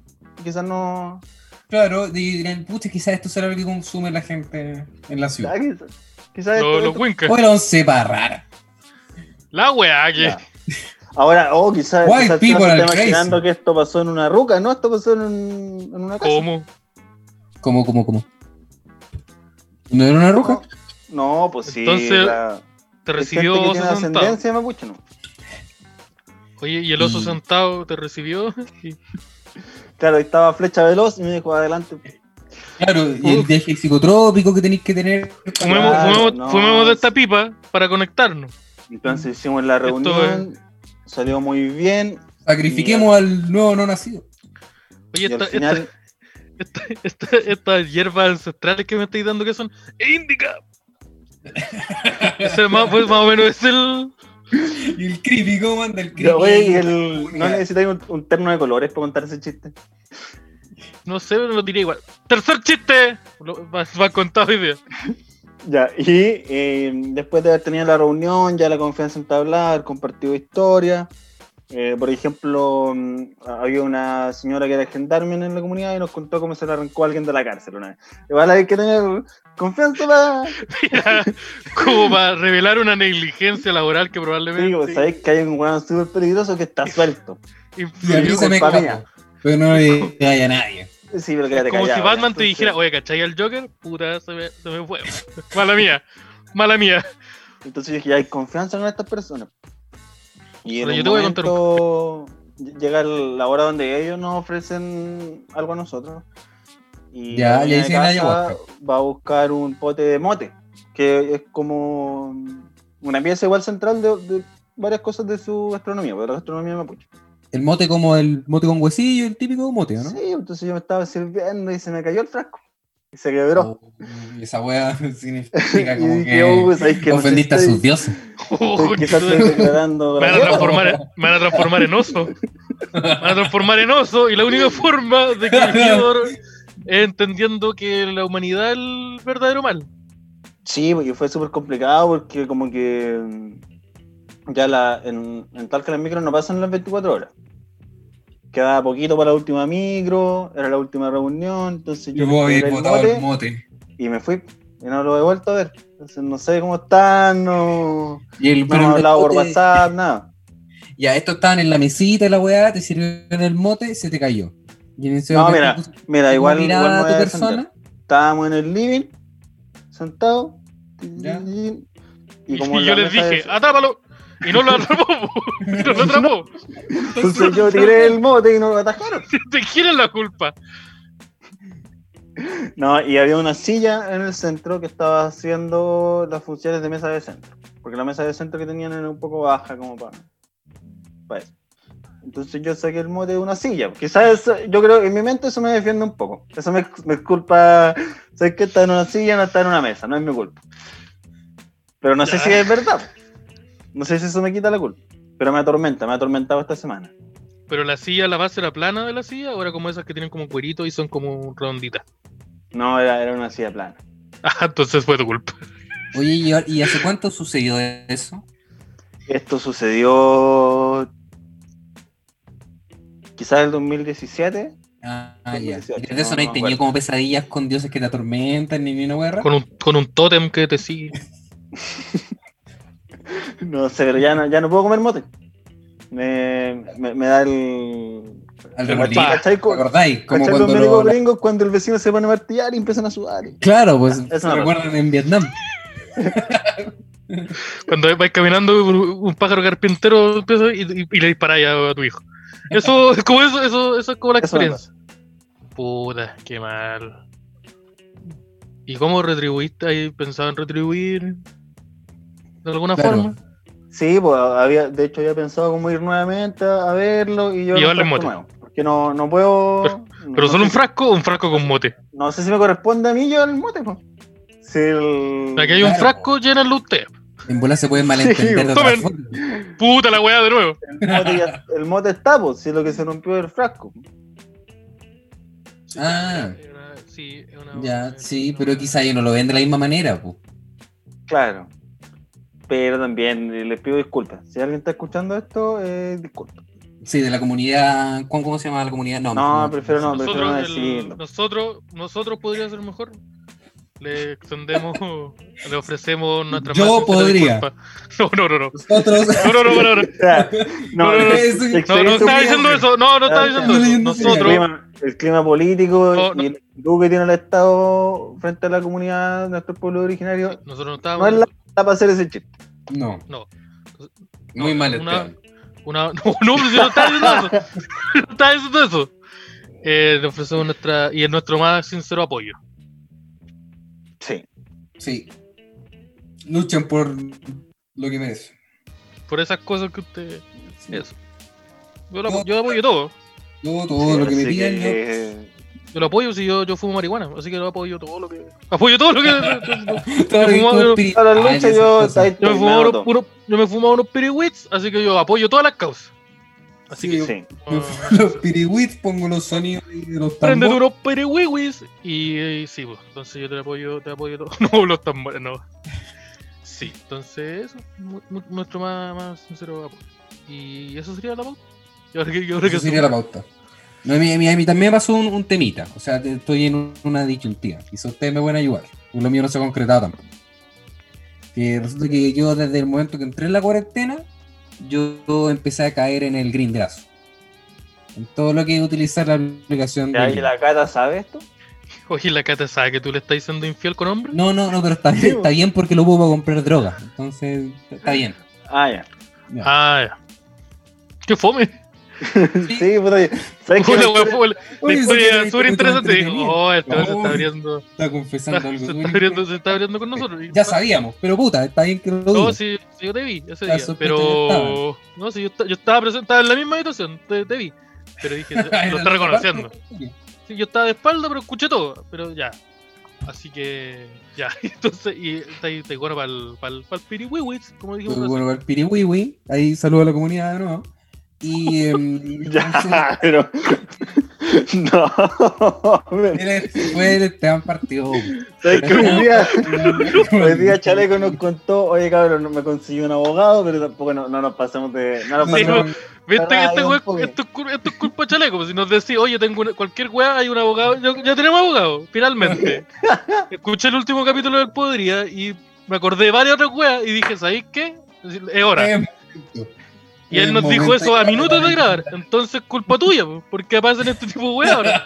Speaker 3: quizás no...
Speaker 1: Claro, y dirán, pucha, quizás esto será lo que consume la gente en la ciudad.
Speaker 3: ah, Quizás, quizás
Speaker 2: Los,
Speaker 3: esto-
Speaker 2: los Winkers.
Speaker 1: O era once para rara.
Speaker 2: La weá que.
Speaker 3: Ya. Ahora, oh, quizás,
Speaker 1: White
Speaker 3: quizás tú no
Speaker 1: people
Speaker 3: se
Speaker 1: are
Speaker 3: está
Speaker 1: crazy.
Speaker 3: imaginando que esto pasó en una ruca, no, esto pasó en, un- en una casa.
Speaker 2: ¿Cómo?
Speaker 1: Como, como, como. ¿No era una roja?
Speaker 3: No, no, pues sí.
Speaker 2: Entonces,
Speaker 3: la-
Speaker 2: ¿Te
Speaker 3: hay gente
Speaker 2: recibió
Speaker 3: que
Speaker 2: oso
Speaker 3: tiene
Speaker 2: sentado?
Speaker 3: ascendencia mapuche, ¿no?
Speaker 2: Oye, ¿y el oso
Speaker 1: Y-
Speaker 2: sentado te recibió? Y-
Speaker 3: Claro, ahí estaba flecha veloz y me dijo, adelante.
Speaker 1: Claro, y el
Speaker 2: Uf.
Speaker 1: viaje psicotrópico que tenéis que tener.
Speaker 2: Fumemos,
Speaker 3: Claro,
Speaker 2: fumemos-
Speaker 3: no.
Speaker 2: fumemos de esta pipa para conectarnos.
Speaker 3: Entonces hicimos la
Speaker 2: Esto
Speaker 3: reunión, salió muy bien.
Speaker 1: Sacrifiquemos al nuevo no nacido.
Speaker 2: Oye,
Speaker 3: Y
Speaker 2: esta,
Speaker 3: al final...
Speaker 2: esta- esta- esta- estas hierbas ancestrales que me estáis dando que son índica. Ese es más, pues, más o menos es el.
Speaker 1: Y el creepy, ¿cómo anda el creepy?
Speaker 3: Pero, oye, ¿y el- ¿No necesitáis un, un terno de colores para contar ese chiste?
Speaker 2: No sé, pero lo diré igual. ¡Tercer chiste! Lo- Va, va contado hoy día.
Speaker 3: Ya, y eh, después de haber tenido la reunión, ya la confianza entablada, haber compartido historias. eh, por ejemplo, mm, había una señora que era gendarme en la comunidad y nos contó cómo se le arrancó a alguien de la cárcel una vez. Igual hay que tener confianza para...
Speaker 2: Era como para revelar una negligencia laboral que
Speaker 3: Sí,
Speaker 2: probablemente.
Speaker 3: vos pues, sabéis que hay un weón súper peligroso que está suelto.
Speaker 1: Y a mí
Speaker 2: influyó.
Speaker 1: se me
Speaker 3: culpa
Speaker 1: escapó. Pero no le hay a nadie.
Speaker 3: Sí, pero quédate
Speaker 2: Como si
Speaker 3: callado, ya,
Speaker 2: Batman te
Speaker 3: entonces-
Speaker 2: dijera, oye, ¿cachai al Joker? Puta, se me, se me fue. Mala mía. Mala mía.
Speaker 3: Entonces yo dije, hay confianza en estas personas. Y en
Speaker 2: Pero yo
Speaker 3: un
Speaker 2: te voy a contar un-
Speaker 3: momento llega el- la hora donde ellos nos ofrecen algo a nosotros. Y
Speaker 1: Ya,
Speaker 3: la dueña
Speaker 1: le
Speaker 3: de
Speaker 1: dicen a ella,
Speaker 3: casa
Speaker 1: "Busca".
Speaker 3: va a buscar un pote de mote, que es como una pieza igual central de, de varias cosas de su gastronomía, porque la gastronomía mapuche.
Speaker 1: El mote como el mote con huesillo, el típico mote, ¿o ¿no?
Speaker 3: Sí, entonces yo me estaba sirviendo y se me cayó el frasco. Y se quebró.
Speaker 1: Oh, esa wea significa
Speaker 3: y
Speaker 1: como
Speaker 3: dije, "Uh,
Speaker 1: que
Speaker 3: ¿sabes qué? No sé,
Speaker 1: ofendiste a
Speaker 3: estoy-
Speaker 1: sus pues. dioses.
Speaker 3: estoy quizás
Speaker 2: Joder.
Speaker 3: estoy declarando
Speaker 2: Me van, a
Speaker 3: gracioso".
Speaker 2: transformar, en- me van a transformar en oso. Me van a transformar en oso. Y la única forma de que yo quiero es entendiendo que la humanidad es el verdadero mal.
Speaker 3: Sí, porque fue súper complicado porque como que mm, ya la, en, en Talca las micros no pasan las 24 horas. Quedaba poquito para la última micro, era la última reunión, entonces yo
Speaker 1: Yo puedo
Speaker 3: me
Speaker 1: haber
Speaker 3: fui a
Speaker 1: botado
Speaker 3: ver
Speaker 1: el
Speaker 3: el mote
Speaker 1: mote.
Speaker 3: y me fui. Y no lo he vuelto a ver. Entonces no sé cómo están, no,
Speaker 1: Y el,
Speaker 3: no hemos hablado por
Speaker 1: mote-
Speaker 3: WhatsApp, nada.
Speaker 1: Ya, estos estaban en la mesita y la weá, te sirvieron el mote, se te cayó. Y en ese
Speaker 3: No,
Speaker 1: momento
Speaker 3: mira,
Speaker 1: tú pusiste
Speaker 3: mira,
Speaker 1: una
Speaker 3: igual,
Speaker 1: mirada
Speaker 3: igual me
Speaker 1: a
Speaker 3: voy a
Speaker 1: tu
Speaker 3: defender.
Speaker 1: persona.
Speaker 3: Estábamos en el living, sentados.
Speaker 1: Ya.
Speaker 3: Y,
Speaker 2: Y,
Speaker 3: como en
Speaker 2: yo
Speaker 3: la
Speaker 2: les
Speaker 3: mesa de-
Speaker 2: dije, "Ah, atápalo. Y no lo atrapó, po. Y no lo atrapó. pues,
Speaker 3: Entonces yo tiré el mote y no lo atajaron.
Speaker 2: Te quieren la culpa.
Speaker 3: No, y había una silla en el centro que estaba haciendo las funciones de mesa de centro. Porque la mesa de centro que tenían era un poco baja como para, para eso. Entonces yo saqué el mote de una silla. Quizás eso- yo creo en mi mente eso me defiende un poco. Eso me, me es culpa. Sé que está en una silla, no está en una mesa, no es mi culpa. Pero no sé
Speaker 2: Ya.
Speaker 3: si es verdad. No sé si eso me quita la culpa. Pero me atormenta, me ha atormentado esta semana.
Speaker 2: Pero la silla, la base era plana de la silla, o era como esas que tienen como cuerito y son como redonditas.
Speaker 3: No, era, era una silla plana.
Speaker 2: Ah, entonces fue tu culpa.
Speaker 1: Oye, ¿y ahora- ¿y hace cuánto sucedió eso?
Speaker 3: Esto sucedió quizás el 2017.
Speaker 1: Ah, ah, ya. Y
Speaker 3: 2018,
Speaker 1: desde eso
Speaker 3: no,
Speaker 1: no hay
Speaker 3: no me
Speaker 1: tenido
Speaker 3: acuerdo.
Speaker 1: como pesadillas con dioses que te atormentan ni ni una guerra.
Speaker 2: Con un, con un tótem que te sigue.
Speaker 3: No sé, pero ya no, ya no puedo comer mote. Me, me- me da el...
Speaker 1: Al
Speaker 2: Pero
Speaker 1: remolino.
Speaker 2: pa,
Speaker 3: ¿Cachai?
Speaker 1: ¿Te acordáis? Como
Speaker 3: ¿Cachai
Speaker 1: cuando
Speaker 3: los médicos
Speaker 1: lo-
Speaker 3: gringos cuando el vecino se pone a martillar y empiezan a sudar?
Speaker 1: Claro, pues
Speaker 3: Ah, Eso
Speaker 1: se
Speaker 3: no
Speaker 1: recuerdan en Vietnam.
Speaker 2: Cuando vais caminando, un, un pájaro carpintero empieza y, y- y le disparáis a, a tu hijo. Eso es como eso, eso, eso es como la
Speaker 3: Eso me
Speaker 2: experiencia. Puta, qué mal. ¿Y cómo retribuiste? ¿Ahí pensaban retribuir? ¿De alguna
Speaker 1: Claro.
Speaker 2: forma?
Speaker 3: Sí, pues había, de hecho había pensado como ir nuevamente a, a verlo y yo
Speaker 2: Y llevarle mote.
Speaker 3: Porque no, no puedo...
Speaker 2: Pero
Speaker 3: no
Speaker 2: solo un
Speaker 3: sé-
Speaker 2: frasco, un frasco con mote.
Speaker 3: No sé si me corresponde a mí llevar el mote, pues. Si el...
Speaker 2: Aquí hay un
Speaker 1: Claro,
Speaker 2: frasco, llénalo usted.
Speaker 1: En bola se puede malentender de otra
Speaker 2: tomen.
Speaker 1: forma.
Speaker 2: Puta la weá de nuevo.
Speaker 3: El mote, ya- el mote está, pues, si lo que se rompió es el frasco.
Speaker 1: Ah.
Speaker 2: Era- sí, es una-
Speaker 1: Ya,
Speaker 2: era
Speaker 1: sí,
Speaker 2: una-
Speaker 1: pero quizá ellos no lo ven de la misma manera, pues.
Speaker 3: Claro. Pero también les pido disculpas. Si alguien está escuchando esto, eh, disculpa.
Speaker 1: Sí, de la comunidad. ¿Cómo, cómo se llama la comunidad? No,
Speaker 3: No, prefiero no, prefiero no
Speaker 2: Nosotros, el-
Speaker 3: decirlo.
Speaker 2: nosotros, nosotros podría ser mejor. Le extendemos, le ofrecemos nuestra
Speaker 1: Yo
Speaker 2: más sincera
Speaker 1: podría.
Speaker 2: disculpa. No, no, no, no.
Speaker 1: Nosotros.
Speaker 2: No, no, no, no, no.
Speaker 3: O sea, no,
Speaker 2: No, no, no.
Speaker 3: es-
Speaker 1: Eso-
Speaker 3: experiencia
Speaker 2: No, no estaba
Speaker 3: humillante.
Speaker 2: diciendo eso, no, no estaba diciendo eso.
Speaker 3: El
Speaker 2: Nosotros,
Speaker 3: clima, el clima político
Speaker 2: No, no.
Speaker 3: y el actitud que tiene el Estado frente a la comunidad de nuestro pueblo originario
Speaker 2: nosotros no
Speaker 3: no es la
Speaker 2: estábamos.
Speaker 3: está para hacer ese chiste.
Speaker 1: No.
Speaker 2: No.
Speaker 1: Muy mal el
Speaker 2: Una-
Speaker 1: tema.
Speaker 2: Una, no, no, pero si no estaba diciendo eso. No estaba diciendo eso. Eh, le ofrecemos nuestra, y es nuestro más sincero apoyo.
Speaker 3: Sí.
Speaker 1: Sí. Luchan por lo que merecen.
Speaker 2: Por esas cosas que usted.
Speaker 1: Sí.
Speaker 2: Eso. Yo lo, yo lo apoyo todo.
Speaker 1: Yo todo lo que me
Speaker 3: Así
Speaker 1: pidan, yo-
Speaker 3: que-
Speaker 2: Yo lo apoyo si yo, yo fumo marihuana. Así que lo apoyo todo lo que. Apoyo todo lo que.
Speaker 1: todo lo que
Speaker 2: Como-
Speaker 1: es como
Speaker 3: A la lucha
Speaker 1: espiritual y
Speaker 3: yo
Speaker 1: Ah, esas cosas.
Speaker 3: ahí-
Speaker 2: Yo me
Speaker 3: Me
Speaker 2: fumaba unos,
Speaker 3: noto.
Speaker 2: unos- yo me fumaba unos piriwits, así que yo apoyo todas las causas. Así
Speaker 1: Sí,
Speaker 2: que.
Speaker 3: Sí.
Speaker 1: Yo
Speaker 2: ah,
Speaker 1: pongo los pirigüits, pongo los sonidos ahí de los
Speaker 2: prende
Speaker 1: tambores.
Speaker 2: unos piriwiwis y, eh, sí, pues, entonces yo te apoyo, te apoyo todo. No, los tambores, no. Sí, entonces eso, mu- mu- nuestro más, más sincero apoyo. Y eso sería la pauta. Yo creo que, yo creo que
Speaker 1: Eso sería la pauta. No, a, mí, a mí- a mí también me pasó un, un temita. O sea, te- estoy en un- una disyuntiva. Y si ustedes me pueden ayudar. porque Lo mío no se ha concretado tampoco. Que resulta que yo desde el momento que entré en la cuarentena, yo empecé a caer en el grindazo. En todo lo que es utilizar la aplicación de
Speaker 3: Ya, ¿Y
Speaker 1: Grindr.
Speaker 3: la cata sabe esto?
Speaker 2: Oye, la Cata sabe que tú le estás diciendo infiel con hombre.
Speaker 1: No, no, no, pero está, bien- está bien porque lo puedo comprar droga. Entonces, está bien.
Speaker 3: Ah, ya.
Speaker 2: Ah, ya. Qué fome.
Speaker 3: Sí, puta. ¿Sabes qué?
Speaker 2: Una wea fome. La
Speaker 1: Oye, sí,
Speaker 2: historia
Speaker 1: sí,
Speaker 2: es súper
Speaker 1: sí,
Speaker 2: interesante.
Speaker 1: sí,
Speaker 2: Digo, oh, este weón se
Speaker 1: Oh.
Speaker 2: está abriendo.
Speaker 1: Está confesando algo.
Speaker 2: se,
Speaker 1: súper
Speaker 2: está abriendo, se está abriendo con nosotros.
Speaker 1: Ya sabíamos, pero puta, está bien que lo diga.
Speaker 2: No, sí, sí, yo te vi ese
Speaker 1: Ya
Speaker 2: día.
Speaker 1: supe que
Speaker 2: Pero.
Speaker 1: yo
Speaker 2: No, sí, yo, esta- yo estaba presente, estaba en la misma situación, te, te vi. Pero dije, lo está reconociendo. Sí, yo estaba de espalda, pero escuché todo. Pero ya. Así que. Ya. Entonces, y está ahí, está ahí bueno para el, para el, para el piriwiwis, como dijimos.
Speaker 1: Pero
Speaker 2: recién.
Speaker 1: bueno, para el piriwiwi, ahí saludo a la comunidad de nuevo. Y em,
Speaker 3: Ya, pero. No.
Speaker 1: entonces, él es- fue el Esteban partido.
Speaker 3: ¿Sabes qué? Hoy día, hoy día Chaleco nos contó, oye cabrón, no me consiguió un abogado, pero tampoco no, no nos pasamos de. No nos
Speaker 2: Sí,
Speaker 3: pasamos
Speaker 2: no. Viste que
Speaker 3: Pará,
Speaker 2: este
Speaker 3: hay un
Speaker 2: weón-
Speaker 3: poco.
Speaker 2: esto, es cul- esto es culpa de Chaleco. pues, Si nos decís, oye, tengo una- cualquier weá, hay un abogado. Ya, ya tenemos abogado, finalmente. Escuché el último capítulo del Podría y me acordé de varias otras weas y dije, ¿sabéis qué? Es hora. y él nos dijo eso a minutos de grabar. Entonces, culpa tuya, po, porque pasan este tipo de weas ahora.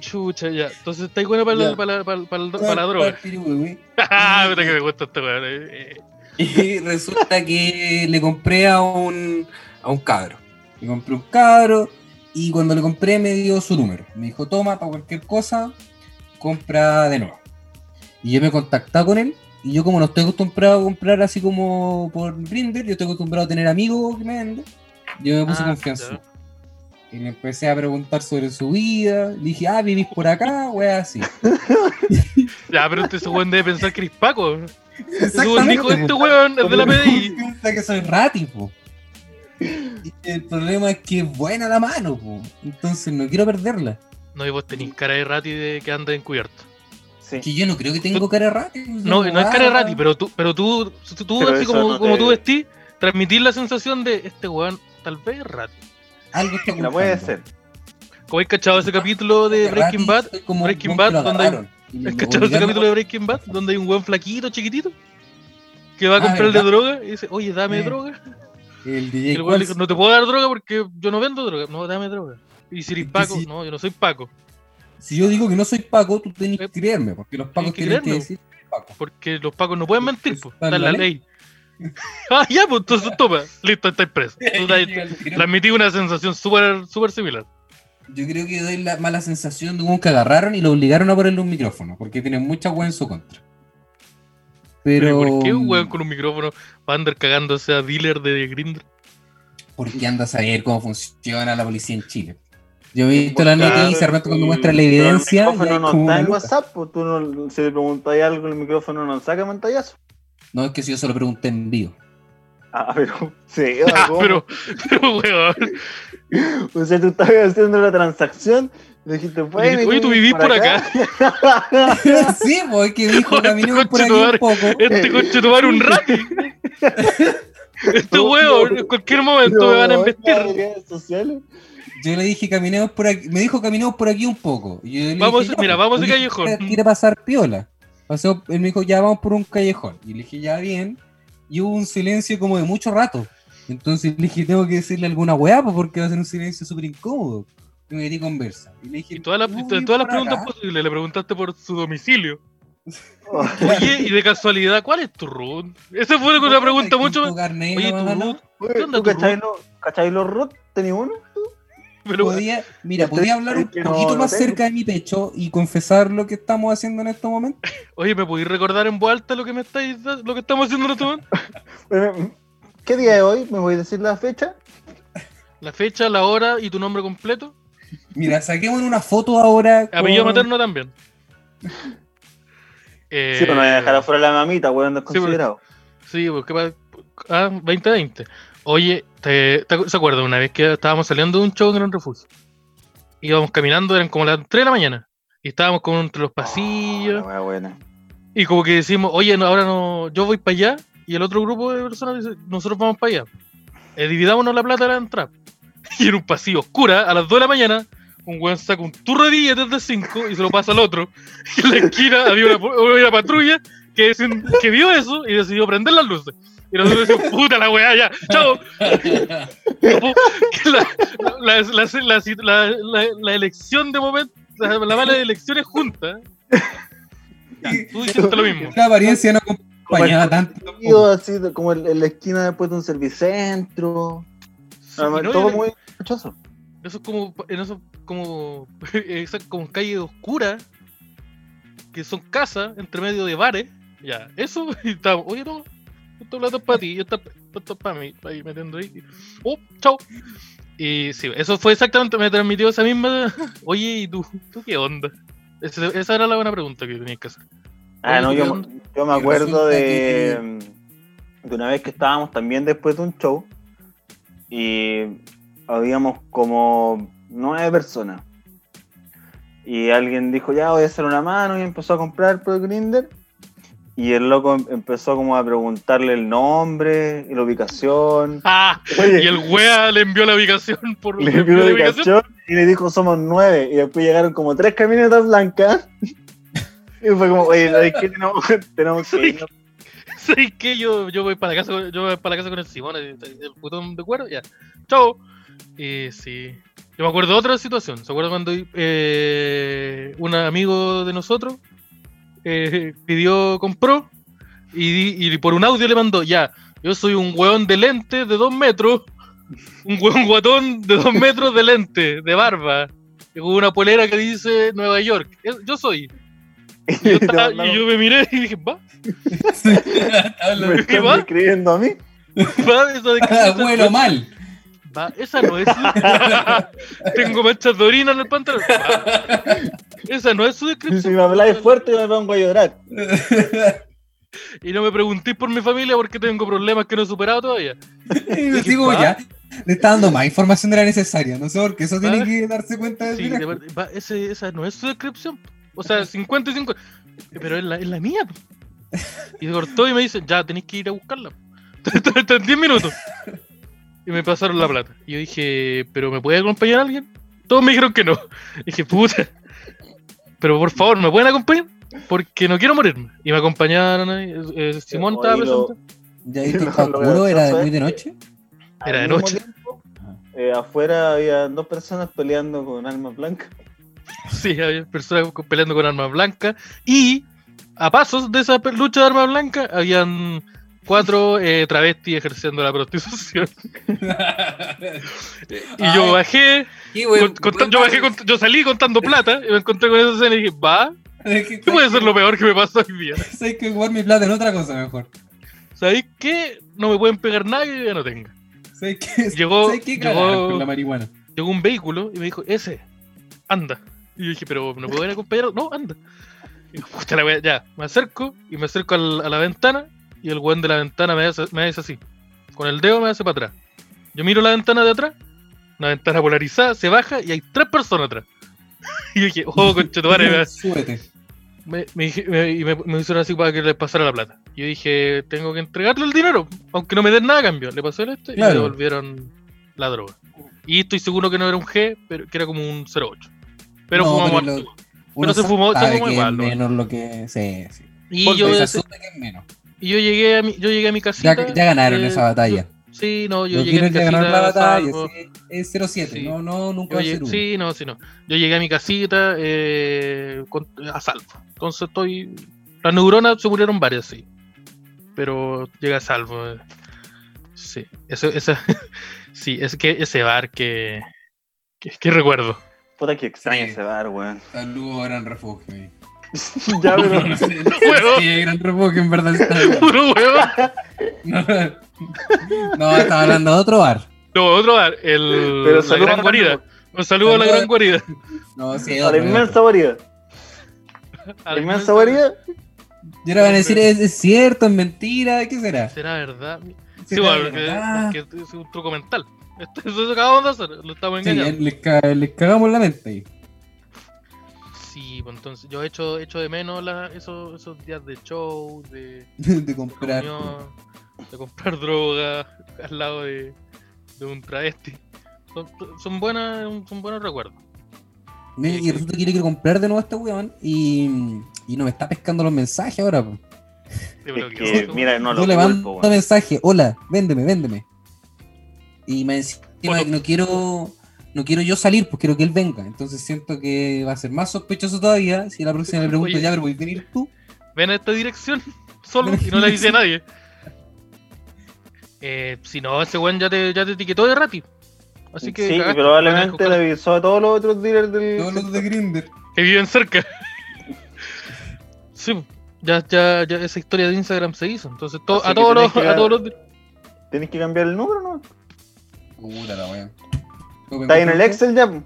Speaker 2: Chucha, ya. Entonces, estáis bueno para, la-
Speaker 1: Ya.
Speaker 2: para, la- para, la- para la droga. Ah,
Speaker 1: piriwiwi.
Speaker 2: Puta que me gusta este weón. eh, eh.
Speaker 1: Y resulta que le compré a un, a un cabro. Le compré un cabro y cuando le compré me dio su número. Me dijo, toma, para cualquier cosa, compra de nuevo. Y yo me contactaba con él y yo como no estoy acostumbrado a comprar así como por Grindr, yo estoy acostumbrado a tener amigos que me venden, yo me puse
Speaker 2: Ah,
Speaker 1: confianza.
Speaker 2: claro.
Speaker 1: Y le empecé a preguntar sobre su vida. Le dije, ah, vivís por acá, wea, así.
Speaker 2: Ya, pero este ese weón debe pensar que eres Paco. Ese weón
Speaker 1: Exactamente,
Speaker 2: dijo, este
Speaker 1: po.
Speaker 2: weón es de la PDI.
Speaker 1: Resulta que soy rati, po. Y el problema es que es buena la mano, po. Entonces no quiero perderla.
Speaker 2: No, y vos tenés cara de rati de que anda encubierto.
Speaker 3: Sí.
Speaker 1: Que yo no creo que tengo cara de rati. o sea,
Speaker 2: No, no es
Speaker 1: weá.
Speaker 2: cara de rati, pero tú, pero tú, tú, tú
Speaker 3: Pero
Speaker 2: así
Speaker 3: eso
Speaker 2: como,
Speaker 3: no
Speaker 2: como
Speaker 3: te-
Speaker 2: tú vestís, transmitís la sensación de este weón tal vez es rati.
Speaker 1: Algo está
Speaker 3: La puede
Speaker 1: ocultando.
Speaker 3: ser.
Speaker 2: ¿Cómo habéis cachado ese capítulo de Breaking
Speaker 1: Rati,
Speaker 2: Bad?
Speaker 1: soy como
Speaker 2: Breaking
Speaker 1: un weón que lo
Speaker 2: Bad, donde hay-
Speaker 1: agarraron y
Speaker 2: ¿Has
Speaker 1: lo
Speaker 2: cachado ese
Speaker 1: obligaron-
Speaker 2: capítulo de Breaking Bad donde hay un weón flaquito, chiquitito, que va a
Speaker 1: Ah,
Speaker 2: comprar de
Speaker 1: ¿verdad? Eh,
Speaker 2: droga y dice, oye, dame
Speaker 1: Sí.
Speaker 2: droga?
Speaker 1: El
Speaker 2: Y
Speaker 1: DJ
Speaker 2: el weón le dice,
Speaker 1: Qualls.
Speaker 2: no te puedo dar droga porque yo no vendo droga. No, dame droga. Y si eres
Speaker 1: Y
Speaker 2: Paco,
Speaker 1: si-
Speaker 2: no, yo no soy Paco.
Speaker 1: Si yo digo que no soy Paco, tú tenés que
Speaker 2: Eh,
Speaker 1: creerme, porque los Pacos
Speaker 2: que
Speaker 1: tienen que
Speaker 2: creerme.
Speaker 1: decir Paco.
Speaker 2: Porque los Pacos no pueden mentir, pues.
Speaker 1: Está
Speaker 2: Está en la ley. ah, ya, pues entonces toma. Listo, estáis preso. Tú dais- Transmití una sensación súper súper similar.
Speaker 1: Yo creo que doy la mala sensación de un que agarraron y lo obligaron a ponerle un micrófono, porque tienen mucha weá en su contra.
Speaker 2: Pero...
Speaker 1: Pero.
Speaker 2: ¿Por qué un weón con un micrófono va a andar cagándose a dealer de Grindr?
Speaker 1: Porque andas a ver cómo funciona la policía en Chile. Yo he visto las
Speaker 3: Claro,
Speaker 1: noticias y de repente cuando
Speaker 3: y-
Speaker 1: muestra la
Speaker 3: pero
Speaker 1: evidencia.
Speaker 3: El
Speaker 1: ya
Speaker 3: micrófono
Speaker 1: hay
Speaker 3: no
Speaker 1: como
Speaker 3: está
Speaker 1: una
Speaker 3: en
Speaker 1: lupa.
Speaker 3: WhatsApp, pues tú no, si le preguntáis algo, el micrófono no saca pantallazo.
Speaker 1: No, es que si yo se lo pregunté en vivo.
Speaker 3: Ah, pero. Sí,
Speaker 2: Ah,
Speaker 1: Oh.
Speaker 3: ¿cómo?
Speaker 2: pero, pero weón.
Speaker 3: O sea, tú estabas haciendo la transacción, le dijiste, bueno,
Speaker 2: Oye, tú vivís por acá.
Speaker 1: sí, porque dijo,
Speaker 2: Este
Speaker 1: caminemos por aquí un
Speaker 2: conchetumare.
Speaker 1: poco.
Speaker 2: Este coche tomar un rati. Este
Speaker 3: No,
Speaker 2: weón,
Speaker 3: no.
Speaker 2: en cualquier momento me van a
Speaker 1: eh.
Speaker 2: investir.
Speaker 3: redes sociales.
Speaker 1: Yo le dije, caminemos por aquí. Me dijo, caminemos por aquí un poco. Y yo le
Speaker 2: Vamos,
Speaker 1: dije,
Speaker 2: mira,
Speaker 1: pues,
Speaker 2: vamos a
Speaker 1: tú
Speaker 2: ese
Speaker 1: dijiste,
Speaker 2: callejón.
Speaker 1: Quiere pasar piola. Pasó, él me dijo, ya vamos por un callejón. Y le dije, ya bien. Y hubo un silencio como de mucho rato. Entonces le dije, tengo que decirle alguna weá, pues, porque va a ser un silencio súper incómodo. Y me di conversa. Y le dije,
Speaker 2: Y todas las,
Speaker 1: "Tú
Speaker 2: todas
Speaker 1: vivís
Speaker 2: las
Speaker 1: por
Speaker 2: preguntas
Speaker 1: acá".
Speaker 2: posibles le preguntaste por su domicilio. Oye, y de casualidad, ¿cuál es tu root? Esa fue una pregunta
Speaker 1: Ay,
Speaker 2: mucho.
Speaker 1: tu carnet,
Speaker 2: Oye,
Speaker 1: la
Speaker 2: tu
Speaker 1: mamá, no.
Speaker 2: root. ¿Qué
Speaker 3: Oye,
Speaker 2: onda
Speaker 3: ¿tú
Speaker 2: tu
Speaker 3: cachai
Speaker 2: root?
Speaker 3: los, cachai los root? ¿Tenís uno?
Speaker 2: Pero,
Speaker 1: Podía- mira,
Speaker 3: Este-
Speaker 1: podía hablar un
Speaker 3: este no-
Speaker 1: poquito
Speaker 3: no
Speaker 1: más
Speaker 3: tengo.
Speaker 1: cerca de mi pecho y confesar lo que estamos haciendo en estos momentos.
Speaker 2: Oye, ¿me podéis recordar en voz alta lo que me estáis, lo que estamos haciendo en este momento?
Speaker 3: Bueno, Eh, ¿Qué día es hoy? ¿Me voy a decir la fecha?
Speaker 2: La fecha, la hora y tu nombre completo.
Speaker 1: Mira, saquemos una foto ahora.
Speaker 2: Apellido
Speaker 1: con-
Speaker 2: materno también. Eh,
Speaker 3: Sí, pero pues, no voy a dejar afuera la mamita, weón, desconsiderado.
Speaker 2: Sí, porque va. Ah, 2020. Oye, ¿te, te, acu- ¿se acuerdan una vez que estábamos saliendo de un show en Gran Refugio? Íbamos caminando, eran como las 3 de la mañana. Y estábamos como entre los pasillos.
Speaker 3: Oh, la wea buena.
Speaker 2: Y como que decimos, oye, no, ahora no, yo voy para allá. Y el otro grupo de personas dice, nosotros vamos para allá. Eh, dividámonos la plata de la entrada. Y en un pasillo oscura, a las 2 de la mañana, un weón saca un turro de billetes de 5 y se lo pasa al otro. Y en la esquina había una, una patrulla que, desen- que vio eso y decidió prender las luces. Y nosotros decimos, puta la weá, ya, chao. La, la- la- la- la- la elección de momento, la, la mala elección es junta. Ya, tú hiciste lo mismo.
Speaker 1: La apariencia no
Speaker 3: Como el-
Speaker 1: acompañaba tanto.
Speaker 3: Yo así de- como en en la esquina después de un servicentro.
Speaker 2: Sí,
Speaker 3: Ah,
Speaker 2: no,
Speaker 3: todo
Speaker 2: y-
Speaker 3: muy cachoso.
Speaker 2: Eso es como. En eso, como. esa- como calle oscura. Que son casas entre medio de bares. Ya, eso. Y estamos. Oye, no. Esto plata es para ti. Esto esto es para mí. Para ir metiendo ahí. Oh, chao. Y sí, eso fue exactamente. Me transmitió esa misma. Oye, ¿y tú? ¿Tú qué onda? Ese- esa era la buena pregunta que tenías que hacer.
Speaker 3: Ah, no,
Speaker 2: Oye,
Speaker 3: yo,
Speaker 2: ¿dónde?
Speaker 3: yo me
Speaker 1: Y
Speaker 3: acuerdo
Speaker 1: resulta
Speaker 3: de, de una vez que estábamos también después de un show y habíamos como nueve personas. Y alguien dijo, ya voy a hacer una mano y empezó a comprar por Grinder. Y el loco em- empezó como a preguntarle el nombre y la ubicación.
Speaker 2: ¡Ah!
Speaker 3: Oye,
Speaker 2: Y el wea le envió la ubicación por.
Speaker 3: le
Speaker 2: envió
Speaker 3: envió la ubicación y le dijo, somos nueve. Y después llegaron como tres camionetas blancas. Y fue como, oye, ¿sabes qué? Tenemos, tenemos que irnos".
Speaker 2: ¿Sabes qué? Yo, yo voy para la casa con, yo voy para la casa con el Simón, el, el putón de cuero, ya. Chao. Y sí. Yo me acuerdo de otra situación. ¿Se acuerdan cuando eh, un amigo de nosotros eh, pidió, compró Y, y por un audio le mandó, ya, yo soy un hueón de lente de dos metros, un hueón guatón de dos metros de lente, de barba, y con una polera que dice Nueva York. Es- Yo soy. Y yo, estaba-
Speaker 3: No, no.
Speaker 2: y yo me miré y dije, va,
Speaker 3: ¿Me
Speaker 1: Habla-
Speaker 2: ¿Qué
Speaker 3: están
Speaker 2: va?
Speaker 3: escribiendo a mí?
Speaker 2: va, esa de
Speaker 1: Huelo mal.
Speaker 2: Va, esa no es. Tengo manchas de orina en el pantalón. Va. Esa no es su
Speaker 3: Si
Speaker 2: descripción.
Speaker 3: me habláis fuerte, yo me pongo a llorar.
Speaker 2: Y no me preguntéis por mi familia porque tengo problemas que no he superado todavía.
Speaker 1: Y yo digo, ya, le está dando más información de la necesaria. No sé por qué eso tiene que darse cuenta de
Speaker 2: Ah. Sí, de verdad, va, ese- esa no es su descripción. O sea, 50 y 50. Pero es la, es la mía. po. Y cortó y me dice, ya tenéis que ir a buscarla. Está en 10 minutos. Y me pasaron la plata. Y yo dije, ¿pero me puede acompañar alguien? Todos me dijeron que no. Y dije, puta. Pero por favor, ¿me pueden acompañar? Porque no quiero morirme. Y me acompañaron. ahí, eh, eh, Simón
Speaker 3: Oye,
Speaker 2: estaba
Speaker 3: lo-
Speaker 2: presente.
Speaker 1: Ya ahí
Speaker 3: Sí,
Speaker 1: está
Speaker 3: lo- lo
Speaker 1: oscuro, era de
Speaker 3: gracioso
Speaker 1: muy
Speaker 3: es
Speaker 1: de
Speaker 3: que-
Speaker 1: noche.
Speaker 2: Era
Speaker 3: Al
Speaker 2: de
Speaker 3: mismo
Speaker 2: noche.
Speaker 3: tiempo, eh, afuera había dos personas peleando con armas blancas.
Speaker 2: Sí, había personas co- peleando con armas blancas. Y a pasos de esa pe- lucha de armas blancas, habían cuatro eh, travestis ejerciendo la prostitución. Y yo
Speaker 1: Ay,
Speaker 2: bajé,
Speaker 1: qué buen-
Speaker 2: con- conta- yo, bajé cont- yo salí contando plata y me encontré con esa escena y dije, va,
Speaker 1: Es que-
Speaker 2: ¿qué puede ser lo peor que me pasó hoy día?
Speaker 1: Hay que jugar mi plata en otra cosa mejor.
Speaker 2: ¿Sabéis qué? No me pueden pegar nada que yo ya no tenga.
Speaker 1: ¿Sabes qué?
Speaker 2: Llegó-
Speaker 1: ¿Sabes qué?
Speaker 2: llegó-
Speaker 1: Cagaron con la marihuana.
Speaker 2: Llegó un vehículo y me dijo, ese, anda. Y yo dije, pero no puedo ir acompañado. No, anda. Y dijo, puta la wea, ya. Me acerco y me acerco al- a la ventana y el weón de la ventana me hace, me hace así. Con el dedo me hace para atrás. Yo miro la ventana de atrás, una ventana polarizada, se baja y hay tres personas atrás. Y yo dije, oh, conchetumare, me,
Speaker 1: Súbete.
Speaker 2: me, me, dije- me- y me- me hicieron así para que les pasara la plata. Yo dije, tengo que entregarle el dinero, aunque no me den nada a cambio. Le pasó el este y
Speaker 1: Claro.
Speaker 2: le devolvieron la droga. Y estoy seguro que no era un G, pero que era como un 08. Pero
Speaker 1: No,
Speaker 2: fumamos
Speaker 1: pero
Speaker 2: harto.
Speaker 1: lo- Uno
Speaker 2: se fumó- se
Speaker 1: sabe
Speaker 2: fumó
Speaker 1: que
Speaker 2: igual,
Speaker 1: es
Speaker 2: ¿no?
Speaker 1: menos lo que... Sí, sí.
Speaker 2: Y
Speaker 1: Porque
Speaker 2: yo,
Speaker 1: se asume que es menos.
Speaker 2: y yo llegué a mi, yo llegué a mi
Speaker 1: Ya,
Speaker 2: casita.
Speaker 1: ya ganaron
Speaker 2: eh,
Speaker 1: esa batalla.
Speaker 2: yo- sí, no, yo
Speaker 1: Los
Speaker 2: llegué a mi
Speaker 1: Beatles ya
Speaker 2: casita.
Speaker 1: ganaron la batalla.
Speaker 2: salvo.
Speaker 1: sí, Es 0-7.
Speaker 2: Sí.
Speaker 1: No, no, nunca
Speaker 2: Yo
Speaker 1: va a
Speaker 2: llegué-
Speaker 1: ser uno.
Speaker 2: sí, no, sí, no. Yo llegué a mi casita eh, con- a salvo. Entonces estoy. Las neuronas se murieron varias, sí. Pero llegué a salvo. eh. Sí, eso, esa, sí, es que ese bar que, que, que recuerdo.
Speaker 3: Puta que extraño
Speaker 1: Sí.
Speaker 3: ese bar, weón.
Speaker 1: Saludos a Gran Refugio. ahí.
Speaker 3: ya, pero.
Speaker 1: No sé, sí, Gran Refugio en verdad está bien.
Speaker 2: Puro huevo.
Speaker 1: No, no, estaba hablando de otro bar.
Speaker 2: No, otro bar, el,
Speaker 3: Pero
Speaker 2: la
Speaker 3: saludos
Speaker 2: gran
Speaker 3: a-
Speaker 2: guarida. Un saludo a la
Speaker 1: Saludos.
Speaker 2: gran guarida.
Speaker 1: No, sí,
Speaker 3: A
Speaker 1: otro.
Speaker 3: la inmensa guarida.
Speaker 2: A
Speaker 3: La inmensa guarida.
Speaker 1: Yo le van a decir, ¿es, es cierto? ¿Es mentira? ¿Qué será?
Speaker 2: ¿Será verdad? Sí,
Speaker 1: ¿Será
Speaker 2: bueno, porque,
Speaker 1: verdad?
Speaker 2: porque es un truco mental. Esto, eso acabamos de hacer, lo estamos
Speaker 1: Sí,
Speaker 2: engañando.
Speaker 1: les, ca- les cagamos la mente ahí.
Speaker 2: Sí, pues entonces yo he hecho, hecho de menos la- esos, esos días de show, de
Speaker 1: De comprar.
Speaker 2: reunión, de comprar droga al lado de, de un travesti. Son, son buenas, son buenos recuerdos.
Speaker 1: Me- Y resulta que yo le quiero comprar de nuevo a este weón y, y no me está pescando los mensajes ahora. po.
Speaker 2: Sí, pero
Speaker 3: Es
Speaker 2: que-
Speaker 3: que, mira, no
Speaker 1: yo
Speaker 3: lo
Speaker 1: le mando
Speaker 3: culpo, weón.
Speaker 1: mensaje, hola, véndeme, véndeme. Y me encima
Speaker 2: Bueno.
Speaker 1: que no quiero, no quiero yo salir, pues quiero que él venga. Entonces siento que va a ser más sospechoso todavía si la próxima le pregunto,
Speaker 2: Oye.
Speaker 1: ya, pero voy a venir tú.
Speaker 2: ven a esta dirección solo y no le dice a nadie. Eh, si no, ese weón ya te, ya te etiquetó de rati. Así que
Speaker 3: sí,
Speaker 2: cagaste.
Speaker 3: probablemente le
Speaker 2: Bueno,
Speaker 3: avisó a todos los otros dealers del.
Speaker 1: Todos los de Grinder.
Speaker 2: que viven cerca. sí, ya, ya, ya esa historia de Instagram se hizo. Entonces to-
Speaker 3: Así
Speaker 2: a,
Speaker 3: que
Speaker 2: todos
Speaker 3: tenés
Speaker 2: los,
Speaker 3: que-
Speaker 2: a todos los
Speaker 3: Tienes que cambiar el número, ¿no?
Speaker 1: Puta la weón.
Speaker 3: Está ahí en el Excel ya. po.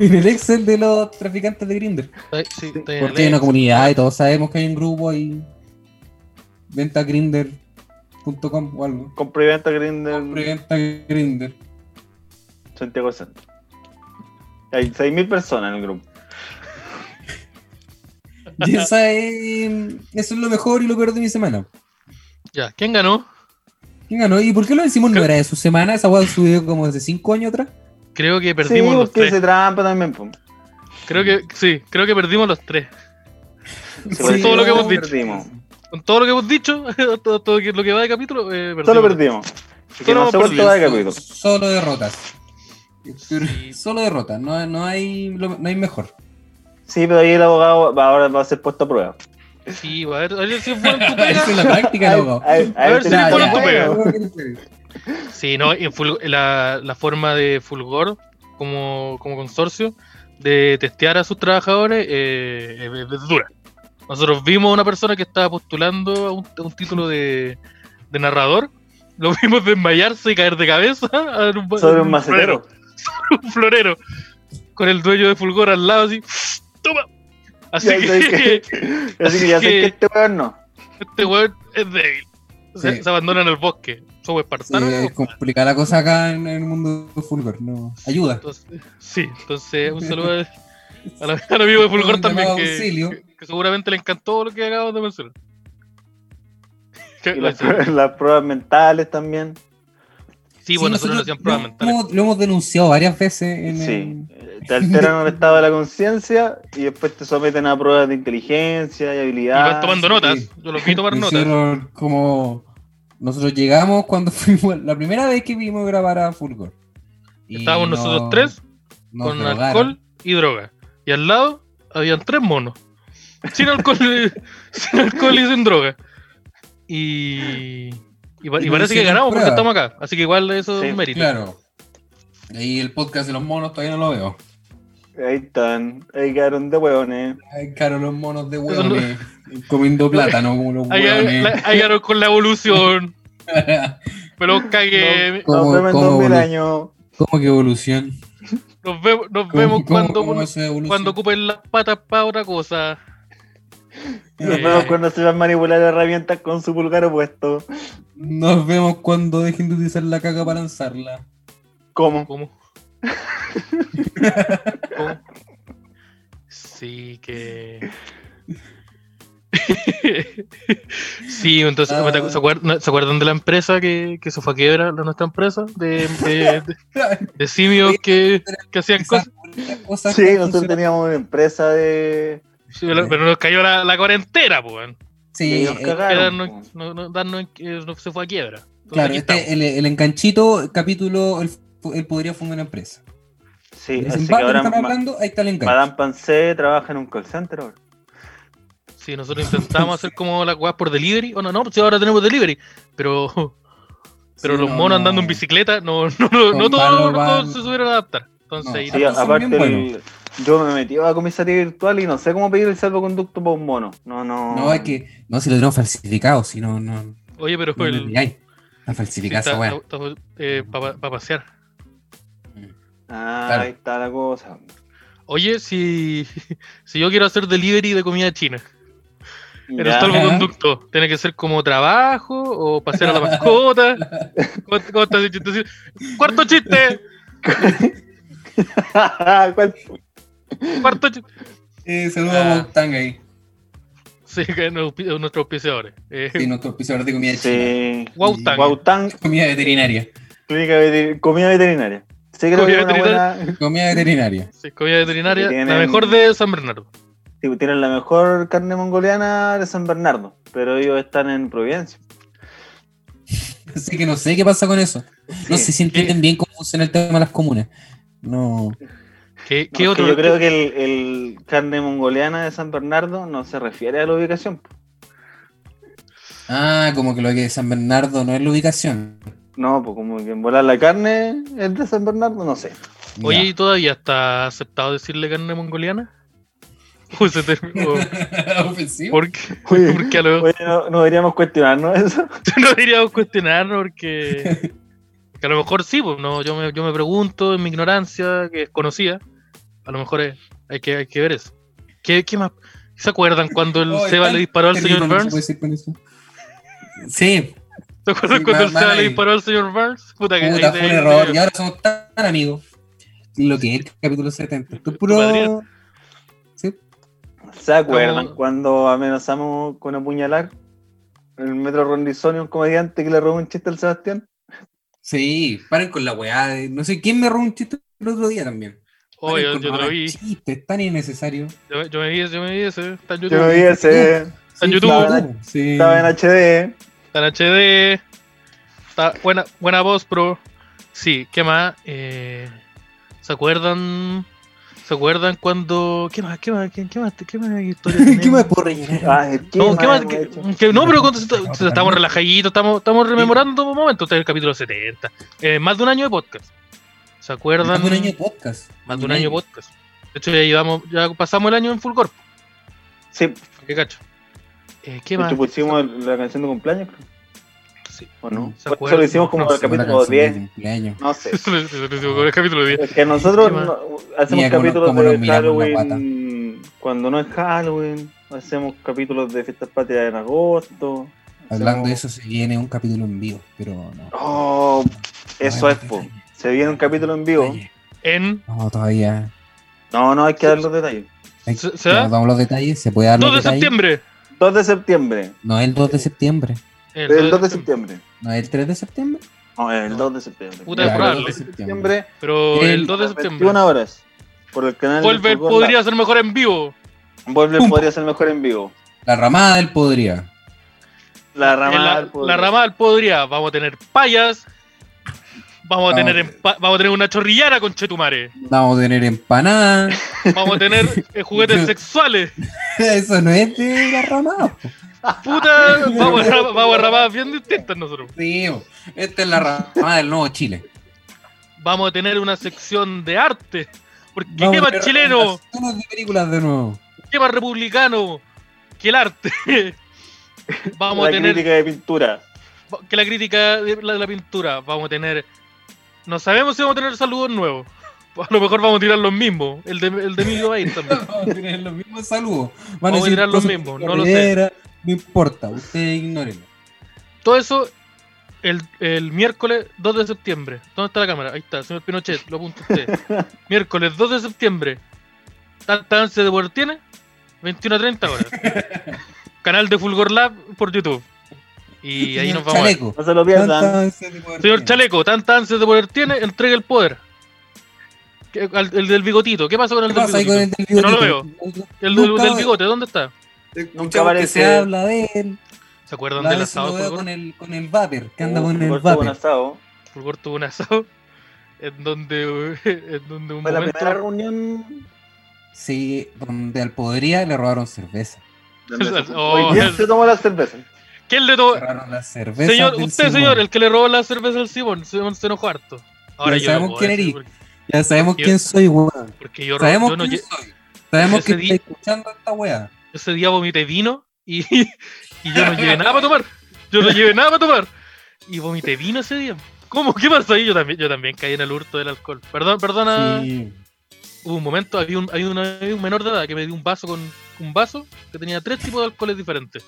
Speaker 1: En el Excel de los traficantes de Grinder.
Speaker 2: Ay, Sí, estoy en
Speaker 1: Porque hay
Speaker 2: el
Speaker 1: una
Speaker 2: ex.
Speaker 1: comunidad y todos sabemos que hay un grupo y venta grinder.com o algo.
Speaker 3: Compra y venta Grindr.
Speaker 1: Compra y venta grinder.
Speaker 3: Santiago Centro. Hay 6.000 personas en el grupo.
Speaker 1: Y esa es, eso es lo mejor y lo peor de mi semana.
Speaker 2: Ya, ¿quién ganó?
Speaker 1: ¿Quién ganó? ¿Y por qué lo decimos no
Speaker 2: Creo-
Speaker 1: era de su semana? Esa weá subió como desde 5 años atrás.
Speaker 2: Creo que
Speaker 3: Sí,
Speaker 2: perdimos los
Speaker 3: porque
Speaker 2: tres.
Speaker 3: se trampa también. po.
Speaker 2: Creo que, sí, creo que perdimos los tres.
Speaker 3: Se
Speaker 2: Con todo lo que hemos dicho.
Speaker 3: Perdimos.
Speaker 2: Con todo lo que hemos dicho, todo, todo lo que va de capítulo, eh, perdimos.
Speaker 3: Solo perdimos. Así que
Speaker 2: Solo
Speaker 3: no sé cuánto
Speaker 2: perdimos.
Speaker 3: va de capítulo.
Speaker 1: Solo derrotas.
Speaker 2: Sí.
Speaker 1: Solo derrotas. No, no, hay, lo- no hay mejor.
Speaker 3: Sí, pero ahí el abogado va- ahora va a ser puesto a prueba.
Speaker 2: Sí, a ver, a ver si es bueno en tu pega.
Speaker 1: Eso es la práctica, loco.
Speaker 2: A ver si
Speaker 1: Ya,
Speaker 2: eres bueno
Speaker 1: ya.
Speaker 2: en tu pega.
Speaker 1: Bueno.
Speaker 2: Sí, no, y en Fulg- la, la forma de Fulgor como, como consorcio de testear a sus trabajadores eh, es, es dura. Nosotros vimos a una persona que estaba postulando a un, a un título de, de narrador, lo vimos desmayarse y caer de cabeza a un, ba-
Speaker 3: Sobre un
Speaker 2: florero,
Speaker 3: macetero.
Speaker 2: un florero, con el dueño de Fulgor al lado así, ¡toma! Así
Speaker 3: Ya sé
Speaker 2: que
Speaker 3: que- Así que ya sé que este weón no.
Speaker 2: este weón es débil. Se,
Speaker 1: Sí.
Speaker 2: se abandona en el bosque. Somos
Speaker 1: Sí,
Speaker 2: espartanos.
Speaker 1: es complicada la cosa acá en, en el mundo de Fulgor, no. Ayuda.
Speaker 2: Entonces, sí, entonces un saludo al, al- al amigo de Fulgor
Speaker 1: Un
Speaker 2: también,
Speaker 1: llamado
Speaker 2: que,
Speaker 1: auxilio.
Speaker 2: que- que seguramente le encantó lo que acabamos de mencionar.
Speaker 3: Y las, pruebas- las pruebas mentales también.
Speaker 2: Sí, bueno, nosotros no
Speaker 1: nosotros
Speaker 2: hacían pruebas
Speaker 1: lo-
Speaker 2: mentales.
Speaker 1: Lo, hemos denunciado varias veces en
Speaker 3: Sí.
Speaker 1: el-
Speaker 3: Eh, Te alteran el estado de la conciencia y después te someten a pruebas de inteligencia y
Speaker 2: Y
Speaker 3: habilidad.
Speaker 2: van tomando notas. Yo los vi tomar notas.
Speaker 1: Nosotros, como nosotros llegamos cuando fuimos la primera vez que vimos grabar a Fulgor. Y
Speaker 2: Estábamos
Speaker 1: no-
Speaker 2: nosotros tres
Speaker 1: nos
Speaker 2: con
Speaker 1: drogaron.
Speaker 2: alcohol y droga. Y al lado habían tres monos. Sin alcohol, y- sin alcohol y sin droga. Y, y, pa-
Speaker 1: Y
Speaker 2: y
Speaker 1: no
Speaker 2: parece que
Speaker 1: hicieron
Speaker 2: ganamos porque
Speaker 1: pruebas.
Speaker 2: estamos acá. Así que igual eso
Speaker 3: Sí,
Speaker 2: es un mérito.
Speaker 1: Claro. Y el podcast de los monos todavía no lo veo.
Speaker 3: Ahí están. Ahí quedaron de hueones.
Speaker 1: Ay, Claro, los monos de
Speaker 2: Eso no-
Speaker 1: hueones. Comiendo plátano como los
Speaker 2: Ahí
Speaker 1: hueones.
Speaker 2: la- ahí ganó con la evolución. Pero cagué.
Speaker 1: ¿Cómo-
Speaker 3: Nos vemos en
Speaker 1: cómo
Speaker 3: 2000
Speaker 1: evoluc-
Speaker 3: años.
Speaker 1: ¿Cómo que evolución?
Speaker 2: Nos vemos, nos
Speaker 1: ¿Cómo-
Speaker 2: vemos
Speaker 1: cómo-
Speaker 2: cuando,
Speaker 1: cómo es esa evolución?
Speaker 2: cuando ocupen las patas para otra cosa.
Speaker 3: Nos
Speaker 2: Eh.
Speaker 3: vemos cuando se van a manipular herramientas con su pulgar opuesto.
Speaker 1: Nos vemos cuando dejen de utilizar la caca para lanzarla.
Speaker 3: ¿Cómo?
Speaker 2: ¿Cómo? ¿Cómo? Sí, que. sí, entonces,
Speaker 1: Ah.
Speaker 2: ¿se acuer- ¿se acuerdan, de la empresa que, que se fue a quiebra, la nuestra empresa? De, de, de- de simios que, que hacían cosas.
Speaker 1: cosas
Speaker 3: Sí,
Speaker 1: que
Speaker 3: nosotros
Speaker 1: funcionan.
Speaker 3: teníamos una empresa de.
Speaker 2: Sí, Pero pero nos cayó la, la cuarentena, pues. weón.
Speaker 1: Sí,
Speaker 3: que nos
Speaker 1: eh,
Speaker 3: cagaron, po.
Speaker 2: Quedarnos- no- no- darnos en- eh, no- se fue a quiebra. Entonces,
Speaker 1: claro,
Speaker 2: aquí
Speaker 1: este,
Speaker 2: estamos.
Speaker 1: el, el enganchito, el capítulo, el, el podría fundar una empresa.
Speaker 3: Sí,
Speaker 1: Dicen,
Speaker 3: así que
Speaker 1: "Va, ¿de qué
Speaker 3: ahora
Speaker 1: están
Speaker 3: Ma-
Speaker 1: hablando, ahí está el enganche.
Speaker 3: Madame Pansé trabaja en un call center ahora.
Speaker 2: Sí, nosotros intentamos hacer como las weas por delivery. O no, no, si ahora tenemos delivery. Pero, pero
Speaker 1: Sí,
Speaker 2: los
Speaker 1: no,
Speaker 2: monos
Speaker 1: no.
Speaker 2: andando en bicicleta, no, no, no, no todos,
Speaker 1: malos,
Speaker 2: no todos
Speaker 1: van-
Speaker 2: se subieron a adaptar. Entonces,
Speaker 1: No.
Speaker 2: ahí-
Speaker 3: Sí,
Speaker 1: Estos son
Speaker 3: aparte,
Speaker 1: bien
Speaker 3: el- yo me metí a la comisaría virtual y no sé cómo pedir el salvoconducto para un mono. No, no.
Speaker 1: No, es que, no, si lo tenemos falsificado, si no, no, no
Speaker 2: oye, pero
Speaker 1: lo
Speaker 2: el.
Speaker 1: digáis. Está
Speaker 2: sí,
Speaker 1: falsificada
Speaker 2: está-
Speaker 1: esa weá.
Speaker 2: está- está- eh, Para para pasear.
Speaker 3: Ah,
Speaker 1: Claro.
Speaker 3: ahí está la cosa.
Speaker 2: Oye, si, si yo quiero hacer delivery de comida china, pero
Speaker 3: Ya.
Speaker 2: está el conducto, ¿tiene que ser como trabajo o pasear a la mascota? ¿Cómo, cómo está ese chistecito? ¡Cuarto chiste!
Speaker 3: ¿Cuál?
Speaker 2: ¡Cuarto chiste!
Speaker 1: Eh, saludos a
Speaker 2: Ah.
Speaker 1: Bogotá ahí.
Speaker 2: Sí, que nos- nuestros auspiciadores. Eh,
Speaker 1: Sí, nuestro auspiciador de comida china.
Speaker 3: Sí.
Speaker 2: Wautang.
Speaker 3: Wautang,
Speaker 1: Comida veterinaria.
Speaker 3: clínica veter- comida veterinaria. Sí, creo que
Speaker 2: Comida
Speaker 3: es una
Speaker 2: veterinaria.
Speaker 3: buena.
Speaker 1: Comida veterinaria.
Speaker 2: Sí, comida veterinaria,
Speaker 3: Tienen-
Speaker 2: la mejor de San Bernardo.
Speaker 3: Sí, tienen la mejor carne mongoliana de San Bernardo, pero ellos están en Providencia.
Speaker 1: Así que no sé qué pasa con eso. No
Speaker 3: Sí.
Speaker 1: sé si entienden bien cómo funciona el tema de las comunas. No.
Speaker 2: ¿Qué,
Speaker 3: No,
Speaker 2: qué
Speaker 3: es que
Speaker 2: otro?
Speaker 3: Yo creo que el, el carne mongoliana de San Bernardo no se refiere a la ubicación. po.
Speaker 1: Ah, como que lo que es San Bernardo no es la ubicación.
Speaker 3: No, pues como que en volar la carne es de San Bernardo, no sé.
Speaker 1: Ya.
Speaker 2: Oye, ¿y todavía está aceptado decirle carne mongoliana? Uy, se terminó.
Speaker 1: Ofensivo.
Speaker 2: ¿Por qué?
Speaker 3: Oye,
Speaker 2: Porque a lo
Speaker 3: Oye, no, no deberíamos cuestionarnos eso.
Speaker 2: no diríamos cuestionarnos porque que a lo mejor sí, pues, no, yo me, yo me pregunto en mi ignorancia que desconocía, a lo mejor es- hay que hay que ver eso. ¿Qué, qué más? ¿Se acuerdan cuando el
Speaker 1: Oh,
Speaker 2: Seba
Speaker 1: es
Speaker 2: le disparó al
Speaker 1: Terrible,
Speaker 2: señor
Speaker 1: no se puede
Speaker 2: Burns?
Speaker 1: decir con eso. Sí,
Speaker 2: ¿Se acuerdan
Speaker 1: Sí,
Speaker 2: cuando
Speaker 1: mal-
Speaker 2: el
Speaker 1: mal
Speaker 2: Seba le
Speaker 1: ahí.
Speaker 2: disparó al señor Burns? Puta que
Speaker 1: puta,
Speaker 2: ahí-
Speaker 1: fue un
Speaker 2: ahí-
Speaker 1: error. Y ahora somos tan amigos. Lo que es el capítulo 70. Esto es puro.
Speaker 2: Padrino.
Speaker 1: Sí.
Speaker 3: ¿Se acuerdan
Speaker 2: No.
Speaker 3: cuando amenazamos con apuñalar en el metro Rondizoni a un comediante que le robó un chiste al Sebastián?
Speaker 1: sí, paren con la weá. de- No sé quién me robó un chiste el otro día también.
Speaker 2: Oh, yo,
Speaker 1: Paren con
Speaker 2: yo te lo
Speaker 1: robar
Speaker 2: vi,
Speaker 1: chistes tan innecesario.
Speaker 2: yo, yo me vi, ese, yo me vi ese, está en
Speaker 3: Yo no
Speaker 2: YouTube,
Speaker 3: vi ese,
Speaker 2: Está en
Speaker 1: Sí,
Speaker 2: YouTube.
Speaker 1: claro, Sí.
Speaker 3: estaba en HD.
Speaker 2: está en HD, está buena, buena voz, pro. Sí, ¿qué más? Eh, ¿Se acuerdan? ¿Se ¿Se acuerdan cuando.? ¿Qué más? ¿Qué más? ¿Qué, qué más? ¿Qué más historia tenemos?
Speaker 1: ¿Qué me puedo rellenar?
Speaker 3: Ay, Ah, ¿qué
Speaker 2: No, ¿qué más?
Speaker 3: hemos
Speaker 2: ¿Qué-
Speaker 3: hecho?
Speaker 2: qué- no, pero cuando se- se-
Speaker 5: también.
Speaker 2: estamos relajaditos, estamos, estamos rememorando un momento. Este es el capítulo 70. Eh, más de un año de podcast. ¿Se acuerdan?
Speaker 1: Más de un año de podcast.
Speaker 2: Más de un año de podcast. De hecho, ya llevamos, ya pasamos el año en Fulgor.
Speaker 3: Sí,
Speaker 2: ¿Qué cacho? Eh, ¿Qué
Speaker 3: de
Speaker 2: más?
Speaker 3: hecho pusimos la canción de cumpleaños, creo.
Speaker 2: Sí.
Speaker 3: ¿O no?
Speaker 2: ¿Se
Speaker 3: Eso lo
Speaker 2: acuerdan?
Speaker 3: hicimos como
Speaker 2: No
Speaker 3: el
Speaker 2: sé,
Speaker 3: capítulo 10.
Speaker 1: Cumpleaños.
Speaker 3: No sé.
Speaker 2: Eso es lo que digo con el capítulo 10.
Speaker 3: Es que nosotros
Speaker 2: ¿Qué más?
Speaker 3: no- hacemos
Speaker 1: Mira cómo-
Speaker 3: capítulos
Speaker 1: cómo nos
Speaker 3: de
Speaker 1: miramos la
Speaker 3: Halloween cuando no es Halloween. Hacemos capítulos de fiestas patrias en agosto.
Speaker 1: Hablando
Speaker 3: hacemos-
Speaker 1: de eso, se viene un capítulo en vivo, pero no.
Speaker 3: Oh, eso
Speaker 1: Ay,
Speaker 3: es, po. Se viene un capítulo en vivo.
Speaker 1: Oye,
Speaker 2: En
Speaker 1: No, todavía.
Speaker 3: No, no, hay que dar los detalles.
Speaker 1: Hay-
Speaker 2: ¿Se- se
Speaker 1: ya
Speaker 2: da?
Speaker 1: nos damos los detalles, se puede dar los
Speaker 2: 2 de
Speaker 1: detalles.
Speaker 2: septiembre.
Speaker 3: 2 de septiembre.
Speaker 1: No es el 2 de septiembre.
Speaker 3: El 2 de septiembre.
Speaker 1: No es el 3 de septiembre.
Speaker 3: No, el 2 de septiembre.
Speaker 2: Puta,
Speaker 1: Ya,
Speaker 2: es
Speaker 1: el
Speaker 2: probable.
Speaker 1: 2 de septiembre.
Speaker 3: septiembre.
Speaker 2: Pero el
Speaker 1: El
Speaker 2: 2 de septiembre.
Speaker 3: 21 horas. Por el canal. de
Speaker 2: Volver
Speaker 3: Fútbol
Speaker 2: podría
Speaker 3: Lab.
Speaker 2: ser mejor en vivo.
Speaker 3: Volver
Speaker 1: Pum.
Speaker 3: podría ser mejor en vivo.
Speaker 1: La ramada del podría.
Speaker 3: La
Speaker 2: Eh,
Speaker 3: ramada.
Speaker 2: La,
Speaker 3: del poder.
Speaker 2: la ramal podría. Vamos a tener payas. Vamos a
Speaker 1: Ah.
Speaker 2: tener empa- vamos a tener una chorrillana con Chetumare.
Speaker 1: Vamos a tener empanadas.
Speaker 2: Vamos a tener eh, juguetes sexuales.
Speaker 1: Eso no es de la ramada. po.
Speaker 2: Puta, vamos a, ra- vamos a ramadas bien distintas nosotros.
Speaker 1: Sí, po. esta es la ramada del nuevo Chile.
Speaker 2: Vamos a tener una sección de arte. Porque
Speaker 1: Vamos
Speaker 2: qué
Speaker 1: a
Speaker 2: más
Speaker 1: tener
Speaker 2: chileno,
Speaker 1: recomendaciones de películas de nuevo.
Speaker 2: qué más republicano que el arte. Vamos
Speaker 3: la
Speaker 2: a tener
Speaker 3: crítica de pintura.
Speaker 2: que la crítica de la, de la pintura. Vamos a tener. No sabemos si vamos a tener saludos nuevos. A lo mejor vamos a tirar los mismos. El de, el de Emilio Bain también.
Speaker 1: Vamos a tener los mismos saludos.
Speaker 2: Vamos a
Speaker 1: decir
Speaker 2: tirar los
Speaker 1: cosas
Speaker 2: mismos,
Speaker 1: de
Speaker 2: no lo
Speaker 1: Rivera, No importa, ustedes ignórenlo.
Speaker 2: Todo eso el, el miércoles 2 de septiembre. ¿Dónde está la cámara? Ahí está, señor Pinochet, lo apunta usted. miércoles 2 de septiembre. Tanta ansia de poder tiene. 21 a 30 horas. Canal de Fulgor Lab por YouTube. Y ahí
Speaker 1: Señor
Speaker 2: nos vamos. a ver.
Speaker 1: Chaleco.
Speaker 3: No se lo pierdan.
Speaker 1: ¿Cuántas veces de poder
Speaker 2: Señor
Speaker 1: tiene?
Speaker 2: Chaleco, tanta ansia de poder tiene, entregue el poder. ¿Qué- al- El del bigotito, ¿qué pasó con el
Speaker 1: ¿Qué
Speaker 2: del
Speaker 1: pasa ahí
Speaker 2: bigotito?
Speaker 1: con el del
Speaker 2: Yo no
Speaker 1: bigotito?
Speaker 2: lo veo. El del,
Speaker 1: Nunca
Speaker 2: del
Speaker 1: ve-
Speaker 2: bigote, ¿dónde está?
Speaker 1: Nunca que
Speaker 3: aparece.
Speaker 1: se habla de él.
Speaker 2: ¿Se acuerdan
Speaker 1: La
Speaker 2: del
Speaker 1: vez
Speaker 2: asado?
Speaker 1: lo veo
Speaker 2: Fulgor?
Speaker 1: con el, con el vapor, que anda
Speaker 3: Uh,
Speaker 1: con el
Speaker 3: Roberto
Speaker 1: vapor.
Speaker 3: Bonasao.
Speaker 2: Fulgor tuvo un asado en donde, en donde un
Speaker 3: Fue la
Speaker 2: momento-
Speaker 3: primera reunión.
Speaker 1: Sí, donde al podría le robaron cerveza.
Speaker 2: Oh,
Speaker 3: Hoy bien
Speaker 2: el-
Speaker 3: se tomó la cerveza.
Speaker 2: ¿Quién le tomó?
Speaker 1: Cerraron la cerveza.
Speaker 2: Oh, Señor,
Speaker 1: del
Speaker 2: usted,
Speaker 1: Simón.
Speaker 2: señor, el que le robó la cerveza al Simón, Simón se enojó harto. Ahora
Speaker 1: Ya
Speaker 2: yo
Speaker 1: sabemos
Speaker 2: no puedo
Speaker 1: quién
Speaker 2: decir
Speaker 1: eres.
Speaker 2: porque-
Speaker 1: Ya sabemos
Speaker 2: Yo-
Speaker 1: quién soy, weón.
Speaker 2: Porque yo, ro-
Speaker 1: Sabemos
Speaker 2: yo no
Speaker 1: quién
Speaker 2: lle-
Speaker 1: soy. Sabemos que
Speaker 2: Ese día-
Speaker 1: está escuchando esta weá.
Speaker 2: ese día vomité vino y, y yo no llevé nada para tomar. Yo no llevé nada para tomar. Y vomité vino ese día. ¿Cómo? ¿Qué pasó ahí? Yo también, yo también caí en el hurto del alcohol. Perdón, perdona.
Speaker 1: Sí.
Speaker 2: Hubo un momento, había un, había una- había un menor de edad que me dio un vaso con un vaso que tenía tres tipos de alcoholes diferentes.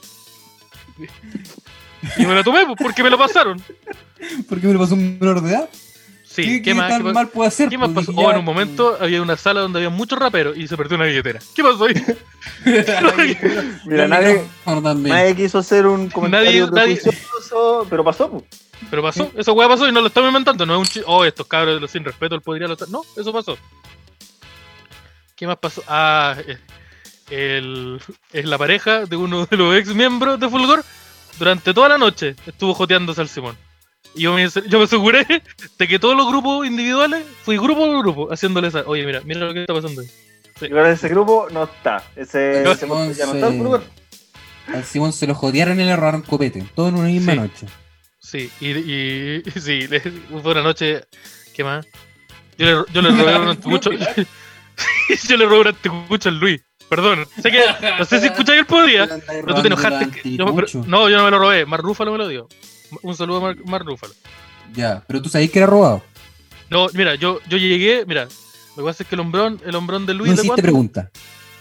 Speaker 2: Y me lo tomé pues, porque me lo pasaron.
Speaker 1: ¿Por qué me lo pasó un menor de edad?
Speaker 2: Sí,
Speaker 1: ¿Qué,
Speaker 2: ¿qué,
Speaker 1: qué
Speaker 2: más?
Speaker 1: tan
Speaker 2: ¿Qué más?
Speaker 1: mal puede hacer?
Speaker 2: ¿Qué más
Speaker 1: Porque
Speaker 2: pasó?
Speaker 1: ya-
Speaker 2: Oh, en un momento había una sala donde había muchos raperos y se perdió una billetera. ¿Qué pasó ahí?
Speaker 3: Mira,
Speaker 1: El
Speaker 3: nadie,
Speaker 1: micrófono también.
Speaker 3: nadie quiso hacer un comentario
Speaker 2: nadie-
Speaker 3: prejuicioso, pero pasó. pues. po.
Speaker 2: Pero pasó, esa weá pasó y no lo estamos inventando. No es un chiste. Oh, estos cabros de los sin respeto, él podría lo está- No, eso pasó. ¿Qué más pasó? Ah, eh, el, es la pareja de uno de los ex miembros de Fulgor durante toda la noche estuvo joteándose al Simón. Y yo me, yo me aseguré de que todos los grupos individuales fui grupo por grupo haciéndole esa. Oye, mira, mira lo que está pasando. ahí".
Speaker 3: Y ahora ese grupo no está. Ese,
Speaker 1: Yo-
Speaker 3: ese podcast ya no está.
Speaker 1: Sí.
Speaker 3: por favor.
Speaker 1: Al Simón se lo jodearon y le robaron copete. Todo en una misma
Speaker 2: Sí.
Speaker 1: noche.
Speaker 2: Sí, y, y- y- sí, le- fue una noche. ¿Qué más? Yo le, yo le robé un anticucho. yo le robé un anticucho al Luis. Perdón. Sé que, no sé si escucháis el podría, pero tú te enojaste. que- yo- pero- no, yo no me lo robé. Mar Rúfalo me lo dio. Un saludo a Mar, Mar Rúfalo.
Speaker 1: Ya, pero tú sabías que era robado.
Speaker 2: No, mira, yo, yo llegué. Mira, lo que pasa es que el hombrón, el hombrón de
Speaker 1: No
Speaker 2: Luis de
Speaker 1: hiciste
Speaker 2: Quantum.
Speaker 1: pregunta.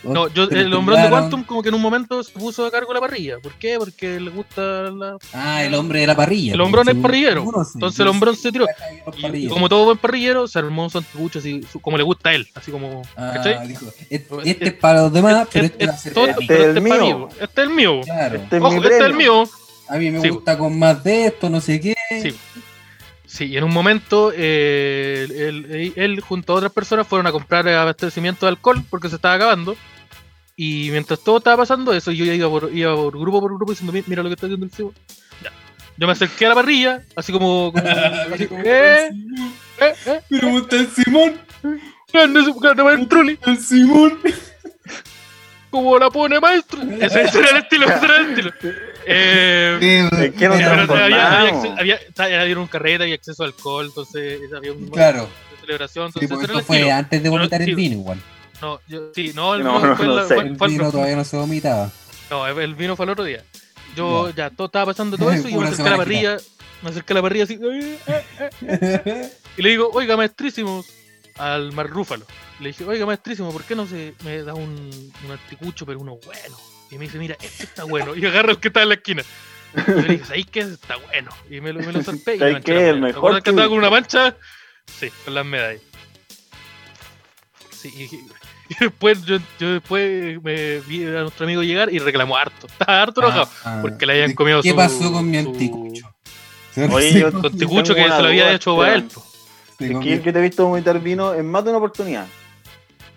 Speaker 2: No, yo,
Speaker 1: Te lo
Speaker 2: el hombrón de
Speaker 1: tiraron.
Speaker 2: Quantum, como que en un momento se puso a cargo de la parrilla. ¿Por qué? Porque le gusta la.
Speaker 1: Ah, el hombre de la parrilla.
Speaker 2: El hombrón
Speaker 1: pues,
Speaker 2: es parrillero.
Speaker 1: seguro sí.
Speaker 2: Entonces el hombrón se tiró. Y- Y,
Speaker 1: Parrilla.
Speaker 2: como todo buen parrillero, se armó un santucho así, su- como le gusta a él, así como.
Speaker 1: Ah,
Speaker 2: ¿Cachai? Pues,
Speaker 1: dijo, "Et- este es para los demás, pero este va a ser
Speaker 2: todo-
Speaker 1: para mí.
Speaker 2: pero
Speaker 3: Este es
Speaker 2: este
Speaker 3: el
Speaker 2: es para
Speaker 3: mío.
Speaker 2: mí, Este es el mío.
Speaker 1: Claro.
Speaker 3: Este es
Speaker 2: Ojo,
Speaker 3: mi
Speaker 2: este es el
Speaker 3: premio.
Speaker 2: mío.
Speaker 1: A mí me
Speaker 2: Sí.
Speaker 1: gusta con más de esto, no sé qué.
Speaker 2: Sí. Sí, y en un momento eh, él, él- él junto a otras personas fueron a comprar abastecimiento de alcohol porque se estaba acabando. Y mientras todo estaba pasando eso, yo ya iba por, iba por grupo por grupo diciendo, "Mi- mira lo que está haciendo el cibo. Ya. Yo me acerqué a la parrilla, así como... como- así,
Speaker 1: Así como,
Speaker 2: "Eh, eh, eh".
Speaker 1: Pero está el Simón.
Speaker 2: Grande, su- grande maestro Lee,
Speaker 1: El Simón.
Speaker 2: como la pone maestro. Ese, ese era el estilo, ese era el estilo. Eh,
Speaker 3: ¿En qué nos
Speaker 1: Pero
Speaker 2: pero había, había,
Speaker 3: transformamos?
Speaker 2: acce- había, había, había un carrete, había acceso a alcohol, entonces había un
Speaker 1: Claro.
Speaker 2: de celebración.
Speaker 1: Sí,
Speaker 2: Entonces,
Speaker 1: pues
Speaker 2: ese era
Speaker 1: esto
Speaker 2: el
Speaker 1: fue
Speaker 2: estilo.
Speaker 1: antes de vomitar
Speaker 2: Sí.
Speaker 1: el vino igual.
Speaker 2: No, yo, sí, no, el
Speaker 3: No,
Speaker 2: vino
Speaker 3: no,
Speaker 2: fue,
Speaker 3: no
Speaker 2: la-
Speaker 3: sé.
Speaker 2: fue-
Speaker 1: El
Speaker 2: fue al-
Speaker 1: vino todavía no se vomitaba.
Speaker 2: no, el vino fue al otro día. Yo ya, todo estaba pasando todo eso y yo me
Speaker 1: Una
Speaker 2: acerqué a la
Speaker 1: semana
Speaker 2: parrilla, me acerqué a la parrilla así, eh, eh, eh, y le digo, oiga maestrísimo, al mar rúfalo. Le dije, oiga maestrísimo, ¿por qué no se me da un, un anticucho, pero uno bueno? Y me dice, mira, este está bueno. Y agarra el que está en la esquina. Y yo le dije, ¿sabéis qué? Ese Está bueno. Y me lo, me lo zarpé. y me
Speaker 3: ¿Sabéis
Speaker 2: manché
Speaker 3: qué? El
Speaker 2: la medalla. ¿Te
Speaker 3: mejor
Speaker 2: acuerdas que
Speaker 3: que-
Speaker 2: estaba con una mancha? Sí, con las medallas. Sí, y, y después, yo, yo después me vi a nuestro amigo llegar y reclamó harto. Estaba harto enojado
Speaker 1: Ah,
Speaker 2: porque le habían comido
Speaker 1: ¿Qué
Speaker 2: su-
Speaker 1: pasó con mi
Speaker 2: su-
Speaker 1: anticucho?
Speaker 3: Oye, yo-
Speaker 2: su anticucho que
Speaker 3: Tengo una
Speaker 2: se lo había
Speaker 3: duda,
Speaker 2: hecho para él.
Speaker 3: Esteban.
Speaker 2: po.
Speaker 1: Se
Speaker 3: Es que
Speaker 1: comió-
Speaker 3: yo- yo te he visto vomitar vino en más de una oportunidad.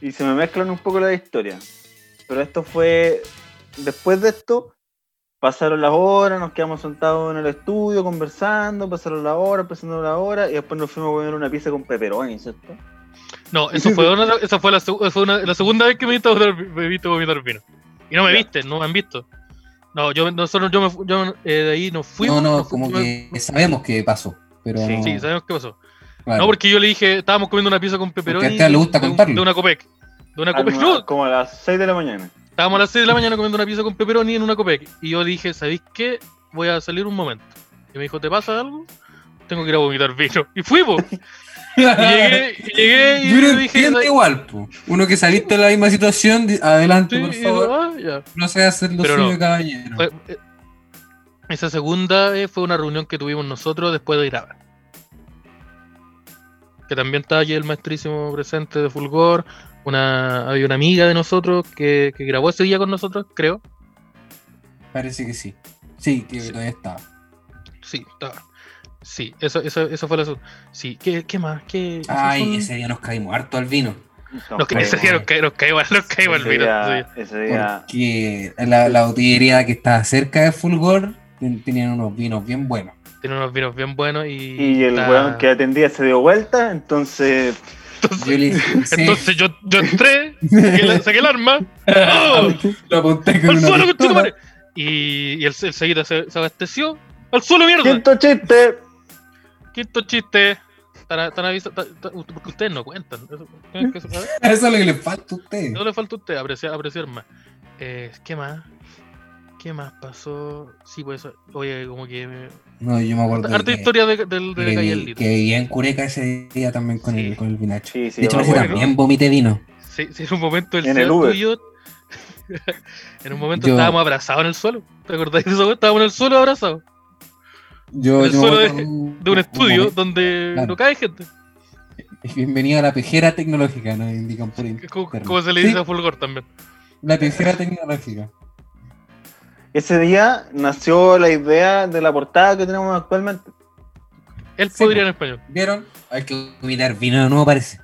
Speaker 3: Y se me mezclan un poco las historias. Pero esto fue. Después de esto, pasaron las horas, nos quedamos sentados en el estudio conversando, pasaron las horas, pasaron las horas, y después nos fuimos a comer una pizza con pepperoni, ¿cierto?
Speaker 2: No, eso fue, una, esa fue, la, seg- fue una- la segunda vez que me viste vomitar, me viste vomitar vino. Y no me
Speaker 3: Ya.
Speaker 2: viste, no me han visto. No, yo, nosotros, yo, me, fu- yo eh, de ahí nos
Speaker 1: No,
Speaker 2: fuimos.
Speaker 1: no,
Speaker 2: nos
Speaker 1: como
Speaker 2: fuimos-
Speaker 1: que sabemos que pasó. Pero
Speaker 3: Sí,
Speaker 1: no,
Speaker 2: Sí, sabemos qué pasó.
Speaker 1: claro.
Speaker 2: No, porque yo le dije, estábamos comiendo una pizza con peperón.
Speaker 1: a Esteban le gusta contarlo.
Speaker 2: De una copec. De una copec.
Speaker 3: Alma-
Speaker 2: No,
Speaker 3: Como a las 6 de la mañana.
Speaker 2: estábamos a las 6 de la mañana comiendo una pizza con peperoni en una copec. Y yo le dije, ¿sabéis qué? Voy a salir un momento. Y me dijo, ¿te pasa algo? Tengo que ir a vomitar vino. Y fuimos. Y llegué, y llegué y
Speaker 1: Yo
Speaker 2: le
Speaker 1: lo
Speaker 2: dije,
Speaker 1: entiendo igual, po. Uno que saliste de la misma situación, di- adelante,
Speaker 2: "Sí",
Speaker 1: por
Speaker 2: y
Speaker 1: favor.
Speaker 2: yo, "Ah, ya".
Speaker 1: No sé hacer lo
Speaker 2: Pero
Speaker 1: suyo,
Speaker 2: no.
Speaker 1: caballero.
Speaker 2: Fue- eh, esa segunda vez fue una reunión que tuvimos nosotros después de grabar. Que también estaba allí el maestrísimo presente de Fulgor. Una, había una amiga de nosotros que, que grabó ese día con nosotros, creo.
Speaker 1: Parece que sí. Sí, que
Speaker 2: Sí.
Speaker 1: todavía estaba.
Speaker 2: Sí, estaba. Sí, eso, eso, eso fue la segunda. Sí, ¿qué, qué más? ¿Qué, esos son-
Speaker 1: Ay, ese día nos caímos harto al vino.
Speaker 2: Nos, ca- ese día nos caímos, nos caímos, nos caímos al
Speaker 3: Ese
Speaker 2: vino.
Speaker 3: día- ese
Speaker 2: ah.
Speaker 3: día-
Speaker 1: Porque la, la botillería que está cerca de Fulgor ten- tenían unos vinos bien buenos.
Speaker 2: sí. Tiene unos vinos bien buenos y.
Speaker 3: Y el
Speaker 2: está-
Speaker 3: weón que atendía se dio vuelta, entonces.
Speaker 1: Yo le dije, sí,
Speaker 2: Entonces yo, yo entré, saqué, la- saqué el arma. ¡Oh!
Speaker 1: lo apunté con
Speaker 2: ¡Al
Speaker 1: una
Speaker 2: suelo,
Speaker 1: pistola.
Speaker 2: conchetumare! Y, y el, el Seguida se, se abasteció. ¡Al suelo, mierda! Quinto,
Speaker 3: ¡Quinto chiste!
Speaker 2: chiste. Están, están avisa- ta- ta- porque ustedes no cuentan. Eso, tienen que saber.
Speaker 1: Eso es lo que le falta a usted.
Speaker 2: Eso le falta a usted, apreciar, apreciar más. Eh, ¿Qué más? ¿Qué más pasó? Sí, pues eso. Oye, como que. me-
Speaker 1: No, yo me acuerdo.
Speaker 2: Harta
Speaker 1: que-
Speaker 2: historia de, del de la calle del
Speaker 1: que,
Speaker 2: Lito.
Speaker 1: que viví en Cureca ese día también con,
Speaker 2: Sí.
Speaker 1: el, con el vinacho.
Speaker 3: Sí, sí,
Speaker 1: de
Speaker 3: yo me
Speaker 1: hecho, parece
Speaker 2: acuerdo.
Speaker 1: también vomité vino.
Speaker 2: Sí, sí, en un momento el
Speaker 3: En
Speaker 2: Seba
Speaker 3: el Uber.
Speaker 2: tuyo- en un momento
Speaker 1: Yo-
Speaker 2: estábamos abrazados en el suelo. ¿Te acordáis de eso? Estábamos en el suelo abrazados.
Speaker 1: Yo,
Speaker 2: Del
Speaker 1: yo me
Speaker 2: suelo
Speaker 1: acuerdo un-
Speaker 2: De un estudio
Speaker 1: momento-
Speaker 2: donde
Speaker 1: Claro.
Speaker 2: no cae gente.
Speaker 1: Bienvenido a la pejera tecnológica, nos indican por
Speaker 2: que es Como,
Speaker 1: internet.
Speaker 2: como se le dice
Speaker 1: Sí,
Speaker 2: a Fulgor también.
Speaker 1: La pejera tecnológica.
Speaker 3: Ese día nació la idea de la portada que tenemos actualmente.
Speaker 2: Él
Speaker 1: Sí, po.
Speaker 2: podría en español.
Speaker 1: ¿Vieron? Hay que vomitar vino de nuevo, parece.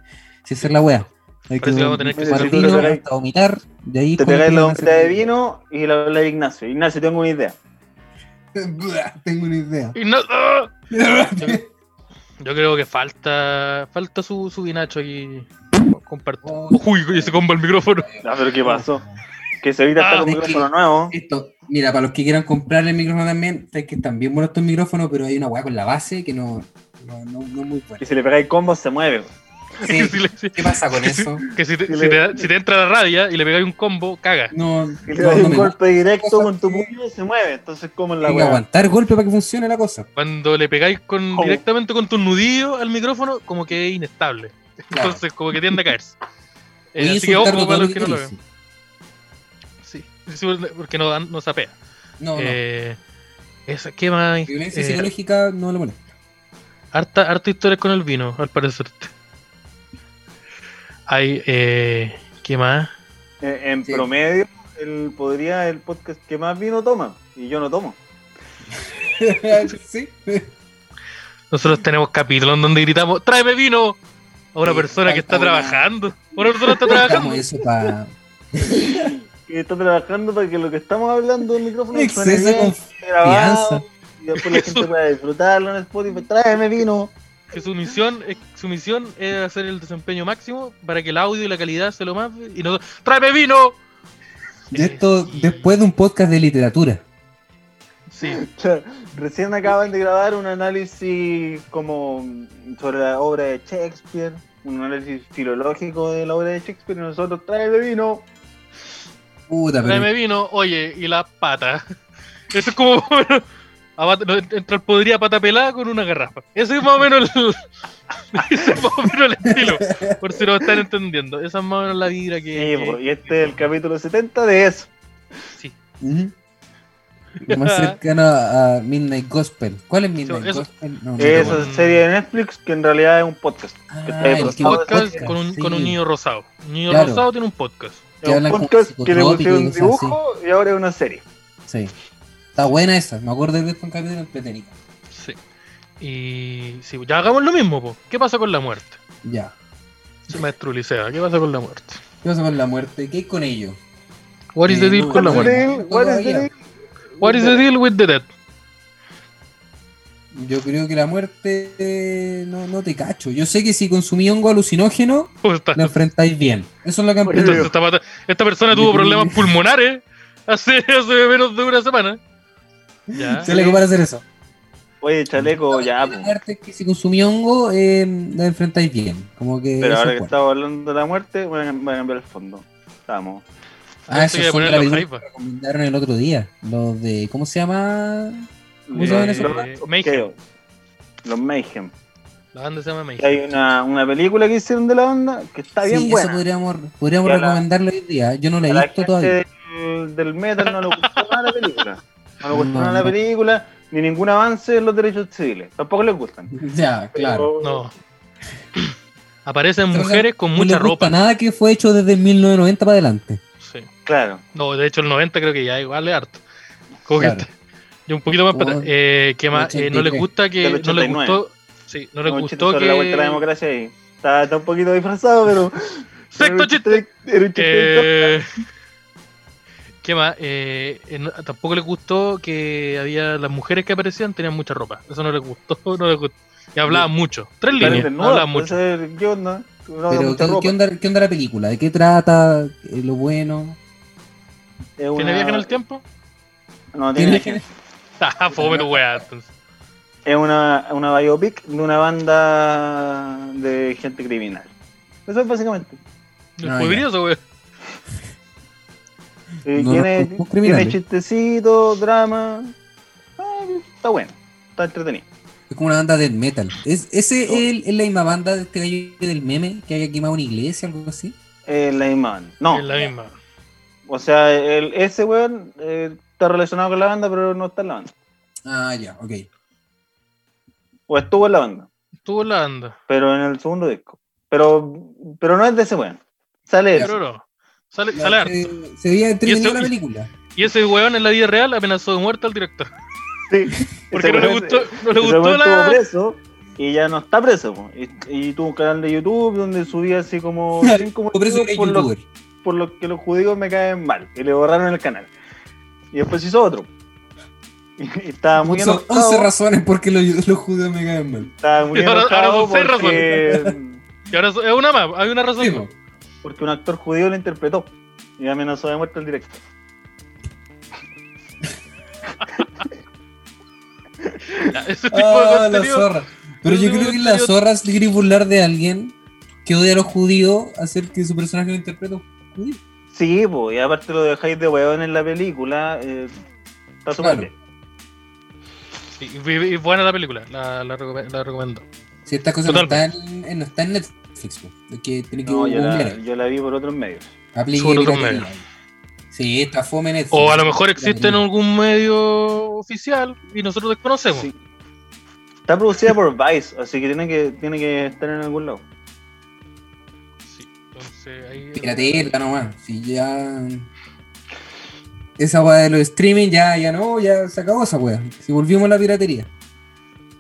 Speaker 1: Si esa es la wea. Hay
Speaker 2: Parece que vamos a tener que ¿eh?
Speaker 1: tomar
Speaker 3: hacer
Speaker 1: vino
Speaker 3: otro-
Speaker 1: hasta vomitar. De ahí
Speaker 3: Te
Speaker 1: con el
Speaker 3: pegáis la
Speaker 1: vino
Speaker 3: bombita de
Speaker 1: hacer-
Speaker 3: vino y la habla de Ignacio. Ignacio, tengo una idea.
Speaker 1: Buah, Tengo una idea.
Speaker 2: Y no- ¡Ah! Yo creo que falta falta su, su vinacho aquí. Comparto.
Speaker 1: Oh,
Speaker 2: Uy, y se comba el micrófono.
Speaker 3: Ah, pero ¿qué pasó? Que se ahorita
Speaker 2: Ah,
Speaker 3: está con
Speaker 1: es
Speaker 3: micrófono
Speaker 1: que-
Speaker 3: nuevo.
Speaker 1: Esto, mira, para los que quieran comprar el micrófono también, es que están bien buenos estos micrófonos, pero hay una weá con la base que no, no, no, no es muy
Speaker 3: Que
Speaker 1: buena.
Speaker 3: si le pegáis combo se mueve.
Speaker 1: Sí,
Speaker 2: Si le-
Speaker 1: ¿Qué pasa con eso?
Speaker 2: que si te,
Speaker 3: Si
Speaker 2: si
Speaker 3: le-
Speaker 2: te- si te entra la rabia y le pegáis un combo, caga.
Speaker 1: No,
Speaker 3: Que le dais
Speaker 1: no, no
Speaker 3: un
Speaker 1: me gusta.
Speaker 3: golpe directo
Speaker 1: Cosas
Speaker 3: con tu
Speaker 1: que-
Speaker 3: puño y se mueve. Entonces, ¿cómo es la
Speaker 1: Hay que
Speaker 3: weá?
Speaker 1: aguantar golpe para que funcione la cosa.
Speaker 2: Cuando le pegáis con,
Speaker 1: Oh.
Speaker 3: ¿Cómo?
Speaker 2: directamente con tu nudillo al micrófono, como que es inestable.
Speaker 1: Claro.
Speaker 2: Entonces, como que tiende a caerse. Eh,
Speaker 1: Voy a
Speaker 2: así que
Speaker 1: insultarlo
Speaker 2: ojo para
Speaker 1: todo
Speaker 2: los
Speaker 1: lo
Speaker 2: que
Speaker 1: que
Speaker 2: no lo
Speaker 1: dice.
Speaker 2: vean. Sí, Sí, porque no, dan- no sapea.
Speaker 1: No, no.
Speaker 2: Eh, esa, ¿Qué más?
Speaker 1: Violencia
Speaker 2: Eh,
Speaker 1: psicológica no le molesta.
Speaker 2: Harta, harta historias con el vino, al parecer. Hay, eh, ¿qué más?
Speaker 3: Eh, En
Speaker 1: Sí.
Speaker 3: promedio, el, podría el podcast que más vino toma. Y yo no tomo.
Speaker 1: sí.
Speaker 2: Nosotros tenemos capítulos en donde gritamos, tráeme vino a una
Speaker 1: Sí,
Speaker 2: persona que está
Speaker 1: falta una-
Speaker 2: trabajando. Una persona está trabajando.
Speaker 1: Estamos eso para.
Speaker 3: Y está trabajando para que lo que estamos hablando del micrófono suene
Speaker 1: Exceso de
Speaker 3: bien, grabado.
Speaker 1: confianza.
Speaker 3: Y después la gente pueda disfrutarlo en Spotify. Tráeme vino.
Speaker 2: que su misión, es- su misión es hacer el desempeño máximo para que el audio y la calidad sea lo más. Y nosotros, ¡tráeme vino!
Speaker 1: De esto
Speaker 2: Sí.
Speaker 1: después de un podcast de literatura.
Speaker 2: Sí,
Speaker 3: Claro, Recién acaban de grabar un análisis como sobre la obra de Shakespeare, un análisis filológico de la obra de Shakespeare y nosotros trae vino.
Speaker 1: Puta, pero.
Speaker 2: tráeme vino, oye, y la pata. Eso es como. abat- no, Entrar podría pata pelada con una garrafa. Ese es más o menos el, ese es más o menos el estilo. Por si no están entendiendo. Esa es más o menos la vibra
Speaker 3: Sí,
Speaker 2: que.
Speaker 3: po,
Speaker 2: que-
Speaker 3: y este es el capítulo 70 de eso.
Speaker 2: sí.
Speaker 1: Ujú. Más cercano a, a Midnight Gospel. ¿Cuál es Midnight
Speaker 2: eso-
Speaker 1: Gospel? No, no
Speaker 3: Esa
Speaker 1: recuerdo.
Speaker 2: bueno.
Speaker 3: serie de Netflix que en realidad es un podcast.
Speaker 1: Ah,
Speaker 3: que está ahí
Speaker 1: el
Speaker 3: por
Speaker 1: que-
Speaker 3: todo el
Speaker 2: podcast,
Speaker 1: podcast,
Speaker 2: con, un,
Speaker 1: sí.
Speaker 2: con un niño rosado. Un niño
Speaker 1: Claro.
Speaker 2: rosado tiene un podcast.
Speaker 1: Que
Speaker 3: Es un
Speaker 1: hablan como
Speaker 3: podcast que le
Speaker 1: psicotrópico y
Speaker 3: pusieron un
Speaker 1: cosas así.
Speaker 3: dibujo y ahora es una serie.
Speaker 1: Sí. Está buena esa. Me acuerdo de esto en capítulo entretenido.
Speaker 2: Sí. Y sí, ya hagamos lo mismo, po. ¿qué pasa con la muerte?
Speaker 1: Ya.
Speaker 2: Sí, Maestro Ulisea, ¿qué pasa con la muerte?
Speaker 1: ¿Qué pasa con la muerte? ¿Qué hay con ello?
Speaker 2: What is the
Speaker 1: Eh,
Speaker 2: deal
Speaker 1: no,
Speaker 2: con la
Speaker 1: no,
Speaker 2: muerte?
Speaker 1: bueno.
Speaker 3: What is the deal?
Speaker 2: What is the deal with the dead?
Speaker 1: Yo creo que la muerte eh, no, no te cacho. Yo sé que si consumí hongo alucinógeno,
Speaker 2: ¿Cómo está?
Speaker 1: lo enfrentáis bien. Eso es lo que han
Speaker 3: Bueno,
Speaker 1: aprendido.
Speaker 2: Entonces, esta, pata- esta persona tuvo problemas pulmonares hace, hace menos de una semana. Ya.
Speaker 1: Se le compara hacer eso.
Speaker 3: Oye, chaleco, Ah. Oh, ya.
Speaker 1: La
Speaker 3: po.
Speaker 1: muerte es que si consumí hongo, eh, la enfrentáis bien. Como que.
Speaker 3: Pero
Speaker 1: eso
Speaker 3: ahora
Speaker 1: es
Speaker 3: que
Speaker 1: bueno.
Speaker 3: estamos hablando de la muerte, voy a voy a cambiar el fondo. Estamos.
Speaker 1: Ah, eso
Speaker 2: Hay que
Speaker 1: son de la
Speaker 2: ponerlo
Speaker 1: película
Speaker 2: hype.
Speaker 1: que recomendaron el otro día. Los de. ¿Cómo se llama? ¿Cómo se llaman
Speaker 3: Eh,
Speaker 1: esos?
Speaker 3: los
Speaker 2: Mayhem.
Speaker 3: Los Mayhem.
Speaker 2: La banda se llama
Speaker 3: Que Hay
Speaker 2: Mayhem.
Speaker 3: una, una película que hicieron de la banda que está bien
Speaker 1: sí,
Speaker 3: buena.
Speaker 1: eso podríamos, podríamos
Speaker 3: Ya la-
Speaker 1: recomendarlo hoy día. Yo no la
Speaker 3: A
Speaker 1: he
Speaker 3: la
Speaker 1: visto
Speaker 3: gente
Speaker 1: todavía.
Speaker 3: del, del metal no le gustó nada la película. No le gustó
Speaker 1: No,
Speaker 3: nada la
Speaker 1: no.
Speaker 3: película, ni ningún avance en los derechos civiles. Tampoco les gustan.
Speaker 1: Ya, claro.
Speaker 2: No. Aparecen
Speaker 1: Creo que
Speaker 2: mujeres con
Speaker 1: No
Speaker 2: mucha
Speaker 1: les gusta
Speaker 2: ropa.
Speaker 1: nada que fue hecho desde el 1990 para adelante.
Speaker 2: Sí.
Speaker 3: Claro.
Speaker 2: No, de hecho el 90 creo que ya igual es harto. Como que
Speaker 1: Claro.
Speaker 2: este- y un poquito más para
Speaker 1: Como
Speaker 2: atrás. Eh, ¿Qué más? Eh, no les
Speaker 1: 83.
Speaker 2: gusta que.
Speaker 3: Del
Speaker 2: No les
Speaker 3: 89.
Speaker 2: gustó. Sí, no les
Speaker 3: Un chiste
Speaker 2: gustó
Speaker 3: sobre la vuelta a la
Speaker 2: que.
Speaker 3: democracia ahí. Está, está un poquito disfrazado, pero. pero era
Speaker 2: Sexto
Speaker 3: un
Speaker 2: chiste.
Speaker 3: Era un chiste.
Speaker 2: Eh, ¿Qué más? Eh, eh, no- tampoco les gustó que había las mujeres que aparecían tenían mucha ropa. Eso no les gustó, no les gustó. Y hablaban mucho.
Speaker 3: Están
Speaker 2: Tres líneas.
Speaker 3: desnudos,
Speaker 2: hablaban mucho.
Speaker 3: entonces, ¿Qué onda? No,
Speaker 1: Pero,
Speaker 3: mucha
Speaker 1: ¿qué,
Speaker 3: ropa.
Speaker 1: qué onda, ¿qué onda la película? ¿De qué trata? Eh, ¿Lo bueno?
Speaker 3: Es
Speaker 2: ¿Tiene
Speaker 3: una-
Speaker 2: viaje en el tiempo?
Speaker 3: No, tiene
Speaker 1: ¿Tiene
Speaker 3: viaje.
Speaker 2: Ah, fome tu weá. entonces.
Speaker 3: Es una, una biopic de una banda de gente criminal. Eso es básicamente.
Speaker 1: Ah,
Speaker 2: Fue
Speaker 1: ya.
Speaker 2: brioso, weá.
Speaker 3: Eh,
Speaker 1: No,
Speaker 3: tiene,
Speaker 1: no, no, criminales.
Speaker 3: tiene chistecito, drama. Ah, está bueno, está entretenido.
Speaker 1: Es como una banda de metal. ¿Es, ¿Ese es,
Speaker 2: Oh.
Speaker 1: el- es la misma banda de este gallo del meme que había quemado una iglesia algo así?
Speaker 3: Es la misma banda. No,
Speaker 2: Es la misma.
Speaker 3: o sea, el, ese weón eh, está relacionado con la banda, pero no está en la banda.
Speaker 1: Ah, ya, ok.
Speaker 3: O estuvo en la banda,
Speaker 2: Estuvo en la banda.
Speaker 3: pero en el segundo disco. Pero, pero no es de ese weón. Sale
Speaker 2: Pero
Speaker 3: ese.
Speaker 2: no. Sale,
Speaker 1: Ya,
Speaker 2: sale harto.
Speaker 1: se, se veía
Speaker 2: Y
Speaker 1: entretenida
Speaker 2: eso-
Speaker 1: la película.
Speaker 2: Y ese weón en la vida real amenazó de muerte al director.
Speaker 3: Sí,
Speaker 2: Porque
Speaker 3: ese
Speaker 2: no le
Speaker 3: weón-
Speaker 2: gustó, no
Speaker 3: Ese
Speaker 2: le gustó
Speaker 3: weón estuvo
Speaker 2: la.
Speaker 3: preso y ya no está preso. po. Y, y tuvo un canal de YouTube donde subía así como cinco
Speaker 1: Por eso
Speaker 3: motivos
Speaker 1: que es
Speaker 3: por los,
Speaker 1: youtuber.
Speaker 3: por los que los judíos me caen mal. Y le borraron el canal. Y después hizo otro. Y estaba muy
Speaker 1: Puso 11
Speaker 3: enojado.
Speaker 1: razones por qué los, los judíos me caen mal.
Speaker 3: Estaba muy
Speaker 2: Y ahora- ahora
Speaker 3: enojado
Speaker 2: son seis
Speaker 3: porque,
Speaker 2: Y ahora es una más. Hay una razón.
Speaker 1: Sí,
Speaker 2: más.
Speaker 1: po.
Speaker 3: porque un actor judío lo interpretó. Y amenazó de muerte al director.
Speaker 2: Ya, Ese tipo de
Speaker 1: Ah, la
Speaker 2: contenido.
Speaker 1: zorra. Pero
Speaker 2: Ese
Speaker 1: yo
Speaker 2: tipo
Speaker 1: creo
Speaker 2: de
Speaker 1: que la
Speaker 2: contenido-
Speaker 1: zorra es querer burlar de alguien que odia a los judíos, hacer que su personaje lo interprete a un judío.
Speaker 3: Sí, po, y aparte lo dejáis de weón en la película. eh, está súper
Speaker 1: Claro.
Speaker 3: bien.
Speaker 2: Sí, y, y- y buena la película, la, la, recome- la recomiendo.
Speaker 1: Si estas cosas no
Speaker 2: Totalmente.
Speaker 1: están, en- no están en Netflix, po. Es que tiene que
Speaker 3: No, yo la,
Speaker 1: googlear.
Speaker 3: yo la vi por otros medios.
Speaker 1: Aplique
Speaker 2: Sobre otros
Speaker 1: piratería.
Speaker 2: medios.
Speaker 1: Sí, está fome en Netflix.
Speaker 2: O a lo mejor existe en
Speaker 1: Piratería.
Speaker 2: algún medio oficial y nosotros desconocemos.
Speaker 3: Sí. Está producida por Vice, así que tiene que, tiene que estar en algún lado.
Speaker 2: Sí, entonces ahí.
Speaker 1: Piratearla nomás. Si ya. Esa weá de los streaming, ya, ya no, ya se acabó esa weá. Si volvimos a la piratería.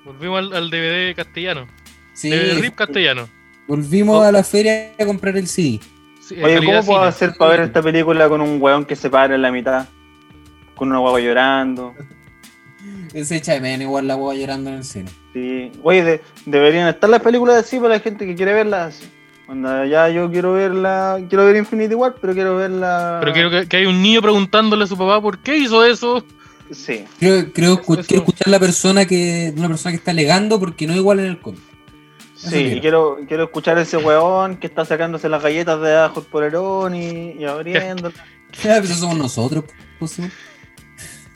Speaker 2: Volvimos al, al DVD castellano.
Speaker 1: Sí,
Speaker 2: DVD Eh, RIP Oh. castellano.
Speaker 1: volvimos a la feria a comprar el CD.
Speaker 2: Sí, en
Speaker 3: Oye,
Speaker 2: calidad
Speaker 3: ¿cómo puedo
Speaker 2: cine.
Speaker 3: hacer para ver esta película con un weón que se para en la mitad? Con una guagua llorando.
Speaker 1: Se echa de menos igual la hueá llorando en el cine.
Speaker 3: Sí. Oye, de- deberían estar las películas así para la gente que quiere verlas. así. Onda, ya yo quiero verla, quiero ver Infinity War, pero quiero verla.
Speaker 2: Pero quiero que, que hay un niño preguntándole a su papá por qué hizo eso.
Speaker 3: Eh, Sí,
Speaker 1: Creo, creo
Speaker 2: Eso-
Speaker 1: escu-
Speaker 2: eso-
Speaker 1: quiero escuchar la persona que, una persona que está alegando porque no igual en el cómic.
Speaker 3: sí. y quiero, quiero escuchar ese weón que está sacándose las galletas de ajo el polerón y, y abriéndolas.
Speaker 1: Ya, pues eso somos nosotros, pues, sí.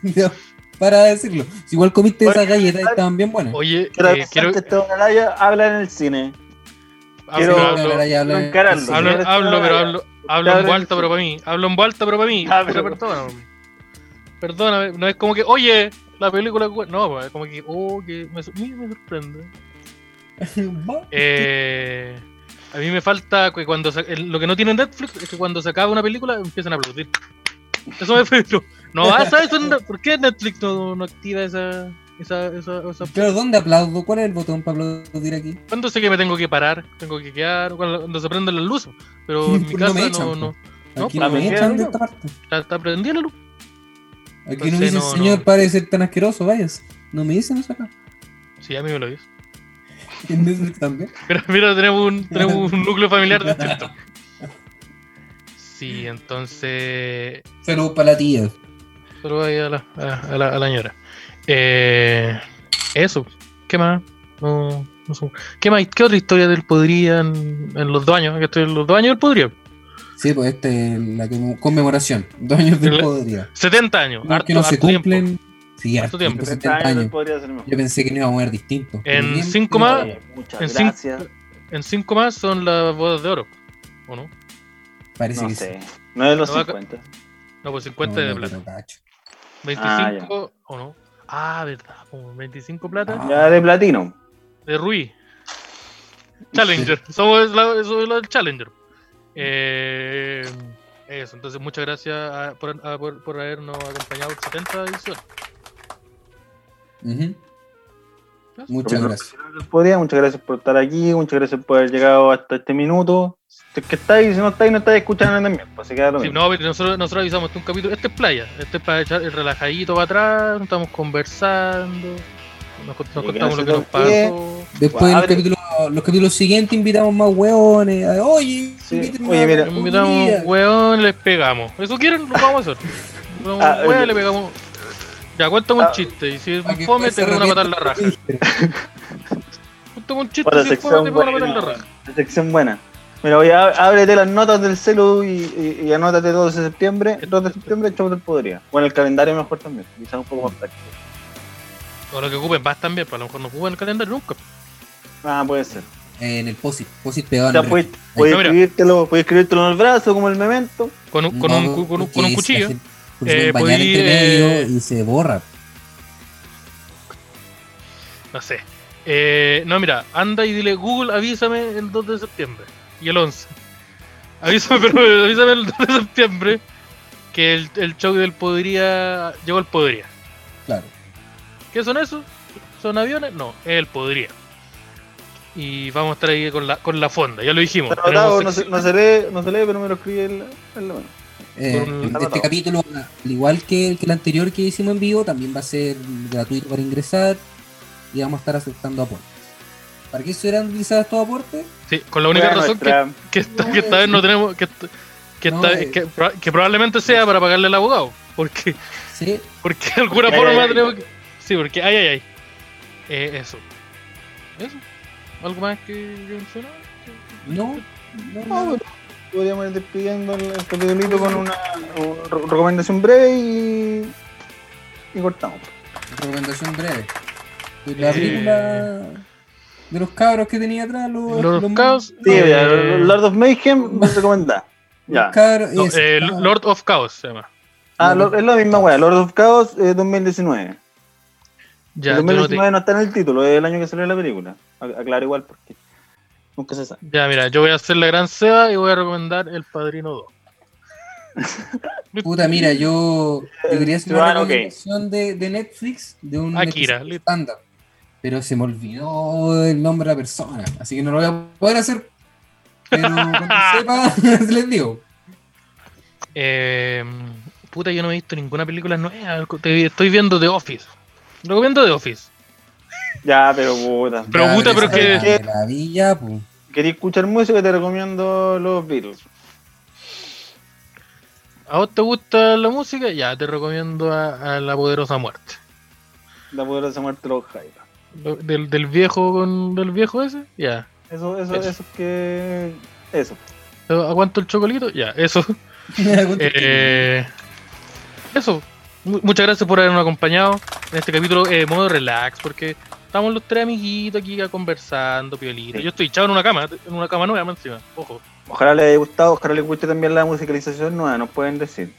Speaker 1: Ya, Para decirlo. Si igual comiste
Speaker 3: Oye,
Speaker 1: esas galletas y estaban bien buenas.
Speaker 2: Oye,
Speaker 3: Quiero
Speaker 2: eh,
Speaker 3: pensar
Speaker 2: quiero.
Speaker 3: que este don Araya habla en el cine. quiero-
Speaker 2: hablo-
Speaker 1: Ahora
Speaker 2: hablo-
Speaker 1: ya hablan-
Speaker 3: no encararlo.
Speaker 1: sí.
Speaker 2: Hablo,
Speaker 3: Señores,
Speaker 2: hablo, pero hablo, hablo en
Speaker 3: hablen
Speaker 2: vuelta,
Speaker 3: sí.
Speaker 2: pero para mí. Hablo en vuelta, pero para mí.
Speaker 3: Ah,
Speaker 2: Pero
Speaker 3: pero-
Speaker 2: perdóname. Perdóname, no es como que, oye, la película. es buena". No, pues, es como que, oh, que me, sor- mira, me sorprende.
Speaker 1: Va.
Speaker 2: Eh, a mí me falta que cuando. se- el- lo que no tiene Netflix es que cuando se acaba una película empiezan a aplaudir. Eso me faltó. No, ah, ¿sabes? Eso no- ¿Por qué Netflix no, no activa esa. esa, esa, esa-
Speaker 1: Pero ¿dónde aplaudo? ¿Cuál es el botón para aplaudir aquí?
Speaker 2: ¿Cuándo sé que me tengo que parar? ¿Tengo que quedar? ¿Cuándo cuando se prenden las luces? Pero en mi
Speaker 1: No
Speaker 2: casa
Speaker 1: me
Speaker 2: no,
Speaker 1: echan,
Speaker 2: no. No,
Speaker 1: Aquí
Speaker 3: pues,
Speaker 1: no me
Speaker 3: también
Speaker 1: echan de
Speaker 3: quedan,
Speaker 1: esta parte.
Speaker 2: Está, está prendida la luz.
Speaker 1: Aquí no
Speaker 2: Entonces,
Speaker 1: me dicen,
Speaker 2: no,
Speaker 1: señor,
Speaker 2: no.
Speaker 1: para de ser tan asqueroso, vayas. No me dicen eso acá.
Speaker 2: Sí, a mí me lo dice.
Speaker 1: En Netflix también.
Speaker 2: Mira, mira, tenemos un, tenemos un núcleo familiar distinto. Sí, entonces.
Speaker 1: Saludos para la tía.
Speaker 2: Solo ahí a la, a, a la, a la señora. Eh, eso. ¿Qué más? No, no sé. ¿Qué más? ¿Qué otra historia del podría en, en los dos años? Que estoy en los dos años del podría.
Speaker 1: Sí, pues esta es la que- conmemoración. Dos años del
Speaker 2: La-
Speaker 1: podría.
Speaker 2: 70 años.
Speaker 1: Los
Speaker 2: harto,
Speaker 1: que no se
Speaker 2: harto tiempo.
Speaker 1: cumplen. Sí,
Speaker 2: Harto
Speaker 1: harto
Speaker 2: tiempo.
Speaker 1: tiempo, 70
Speaker 3: años
Speaker 1: años.
Speaker 3: podría ser mejor.
Speaker 1: Yo pensé que no íbamos a ver distinto.
Speaker 2: En
Speaker 1: Bien,
Speaker 2: cinco
Speaker 1: bien.
Speaker 2: más,
Speaker 3: Oye, Muchas
Speaker 2: en cinco-
Speaker 3: gracias.
Speaker 2: En 5 más son las bodas de oro. ¿O no?
Speaker 1: Parece
Speaker 3: No
Speaker 1: que
Speaker 3: sé. No es de los
Speaker 2: No va a-
Speaker 3: 50.
Speaker 2: No, pues
Speaker 1: No,
Speaker 2: 50 de
Speaker 1: no,
Speaker 2: plata.
Speaker 1: no cacho.
Speaker 2: 25 o no. Ah, verdad. po, 25 plata.
Speaker 3: Ya de platino.
Speaker 2: De Rui. Challenger. Somos la, soy la del Challenger. Eh, eso, entonces muchas gracias a- por, a- por- por habernos acompañado en 70 ediciones.
Speaker 1: Ujú. Muchas gracias.
Speaker 3: Podría, muchas gracias por estar aquí, muchas gracias por haber llegado hasta este minuto. Si es que estáis, si no estáis, no estáis escuchando también. Pues se queda lo
Speaker 2: Sí,
Speaker 3: mismo.
Speaker 2: no, pero nosotros, nosotros avisamos este es un capítulo. Este es playa. Este es para echar el relajadito para atrás. Estamos conversando. Nos, cont- nos
Speaker 3: Sí,
Speaker 2: contamos lo que
Speaker 3: gracias
Speaker 2: nos
Speaker 3: a ustedes.
Speaker 2: pasó.
Speaker 1: Después en los
Speaker 3: Abre.
Speaker 1: capítulos, los capítulos siguientes invitamos más hueones. a- Oye,
Speaker 3: Sí.
Speaker 1: invítenme
Speaker 3: Oye,
Speaker 1: a-
Speaker 3: mira.
Speaker 2: Nos invitamos,
Speaker 1: Mira.
Speaker 2: weón, les pegamos. Eso quieren, lo vamos a hacer. Nos
Speaker 3: Ah,
Speaker 2: weón,
Speaker 3: oye.
Speaker 2: le pegamos. Ya, cuéntame
Speaker 3: Ah.
Speaker 2: un chiste. Y si es
Speaker 1: Para que
Speaker 2: fome, te
Speaker 1: se
Speaker 2: voy a matar la
Speaker 1: arrepienta.
Speaker 2: raja. Cuéntame un chiste,
Speaker 3: Para
Speaker 2: si es fome,
Speaker 3: sección
Speaker 2: te voy a matar la
Speaker 3: buena.
Speaker 2: raja.
Speaker 3: La sección buena. Mira, oye, á- ábrete las notas del celu y, y, y anótate 2 de septiembre. 2 de septiembre, chau del podría. Bueno, el calendario mejor también, quizás un poco más táctico.
Speaker 2: O lo que ocupen, vas también, pero a lo mejor no ocupen el calendario nunca.
Speaker 3: Ah, puede ser.
Speaker 1: En el POSIT. POSIT pegado
Speaker 3: O
Speaker 1: en
Speaker 3: sea,
Speaker 1: el-
Speaker 3: puedes, puedes
Speaker 2: No, mira.
Speaker 3: escribírtelo, puedes escribírtelo en el brazo como el memento.
Speaker 2: Con un, con
Speaker 1: No,
Speaker 2: un, cu- con un, con un
Speaker 1: porque si la
Speaker 2: cuchillo.
Speaker 1: gente- porque se
Speaker 2: Eh,
Speaker 1: pueden bañar
Speaker 2: podí,
Speaker 1: entre medio
Speaker 2: eh,
Speaker 1: y se borra.
Speaker 2: No sé. Eh, no, mira, anda y dile Google, avísame el 2 de septiembre. Y el 11. Avísame, pero avísame el 2 de septiembre que el, el show del Podría llegó al Podría.
Speaker 1: Claro.
Speaker 2: ¿Qué son eso? ¿Son aviones? No, es el podría. Y vamos a estar ahí con la, con la fonda, ya lo dijimos.
Speaker 3: Está anotado,
Speaker 2: Tenemos
Speaker 3: no, se,
Speaker 2: sección-
Speaker 3: no se lee, no se lee, pero me lo escribe el, el memento.
Speaker 1: Eh,
Speaker 2: Por-
Speaker 1: este
Speaker 3: anotado.
Speaker 1: capítulo, al igual que el, que el anterior que hicimos en vivo, también va a ser gratuito para ingresar y vamos a estar aceptando aportes. ¿Para qué serán utilizados estos aportes?
Speaker 2: Sí, con la única
Speaker 3: Bueno,
Speaker 2: razón que,
Speaker 3: nuestra-
Speaker 2: que esta,
Speaker 1: No,
Speaker 2: que esta
Speaker 1: eh.
Speaker 2: vez no tenemos. Que, esta- que,
Speaker 1: No,
Speaker 2: esta-
Speaker 1: eh.
Speaker 2: que proba- que probablemente sea para pagarle al abogado. Porque,
Speaker 1: Sí,
Speaker 2: porque de alguna
Speaker 3: Ay, ay,
Speaker 2: forma
Speaker 3: ay.
Speaker 2: tenemos que. Sí, porque. Ay, ay, ay. Eh, eso. Eso. ¿Algo más que, que mencionar?
Speaker 1: no, no,
Speaker 3: No,
Speaker 1: no.
Speaker 3: pero Ah, podríamos ir despidiendo el, el capitulito con una, una re- recomendación breve y, y cortamos.
Speaker 1: recomendación breve. Pues La
Speaker 2: Eh.
Speaker 1: película de los cabros que tenía atrás, los,
Speaker 2: Los
Speaker 1: los-
Speaker 2: caos.
Speaker 3: Sí,
Speaker 2: eh,
Speaker 3: ya, Lord of Mayhem me recomendá.
Speaker 1: los
Speaker 3: Ya.
Speaker 1: cabros.
Speaker 2: no,
Speaker 1: eso,
Speaker 2: eh,
Speaker 1: ah,
Speaker 2: Lord of Chaos se llama.
Speaker 3: Ah, lo- es la misma weá, Lord of Chaos eh, 2019.
Speaker 2: Ya,
Speaker 3: el
Speaker 2: yo no te-
Speaker 3: 2019 no, está en el título, es el año que salió la película. A- Aclaro igual porque nunca se sabe.
Speaker 2: Ya, mira, yo voy a hacer la gran seda y voy a recomendar El Padrino 2.
Speaker 1: Puta, mira, yo, yo quería hacer una
Speaker 3: Ciudadano Kane.
Speaker 1: recomendación de, de Netflix de un
Speaker 2: Akira,
Speaker 1: episodio
Speaker 2: listo.
Speaker 1: estándar, pero se me olvidó el nombre de la persona, así que no lo voy a poder hacer. Pero cuando sepa, les digo.
Speaker 2: Eh, puta, yo no he visto ninguna película nueva. Te- Estoy viendo The Office. Recomiendo The Office.
Speaker 3: Ya, pero puta.
Speaker 2: Pero
Speaker 1: Ya,
Speaker 2: puta, pero
Speaker 1: esa
Speaker 3: que-
Speaker 1: es la maravilla, pu.
Speaker 3: Quería escuchar música, te recomiendo los Beatles.
Speaker 2: ¿A vos te gusta la música? Ya, te recomiendo a, a La Poderosa Muerte.
Speaker 3: La poderosa muerte de los Jaivas.
Speaker 2: Lo- Del, del viejo con del viejo ese, ya.
Speaker 3: Eso, eso,
Speaker 2: Eso.
Speaker 3: eso es que. Eso.
Speaker 2: ¿Aguanto el chocolito? Ya, eso. Eh, eso. Mu- Muchas gracias por habernos acompañado en este capítulo eh, modo relax, porque estamos los tres amiguitos aquí conversando, piolita.
Speaker 3: Sí.
Speaker 2: Yo estoy echado en una cama, en una cama nueva más encima. Ojo.
Speaker 3: Ojalá les haya gustado, ojalá les guste también la musicalización nueva, nos pueden decir.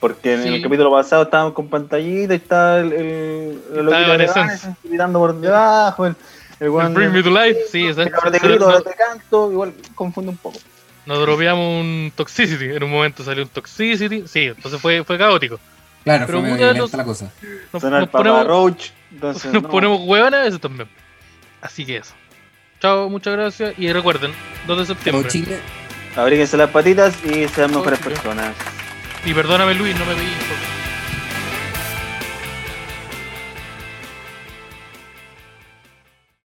Speaker 3: Porque en
Speaker 2: Sí.
Speaker 3: el capítulo pasado estábamos con pantallita y estaba el. el, el loquito de
Speaker 2: Evanescence.
Speaker 3: Evanescence gritando por debajo. El, el weón-
Speaker 2: Bring me to life. Sí,
Speaker 3: el
Speaker 2: exacto.
Speaker 3: cabrón te grito, ahora te canto, igual confunde un poco.
Speaker 2: Nos dropeamos un Toxicity. En un momento salió un Toxicity. Sí, entonces fue, fue caótico.
Speaker 1: Claro,
Speaker 2: Pero
Speaker 1: fue medio
Speaker 2: uno de
Speaker 1: violenta
Speaker 2: los-
Speaker 1: la cosa.
Speaker 2: Nos,
Speaker 3: Suena el
Speaker 2: nos
Speaker 3: Papa
Speaker 2: ponemos,
Speaker 3: Roach. Entonces,
Speaker 2: nos
Speaker 3: no.
Speaker 2: ponemos hueones a veces también. Así que eso. Chao, muchas gracias. Y recuerden, 2 de
Speaker 1: Todo
Speaker 2: septiembre.
Speaker 1: Chile,
Speaker 3: Abríguense las patitas y sean mejores
Speaker 2: Oye.
Speaker 3: personas.
Speaker 2: Y perdóname, Luis, no me pedí. por favor.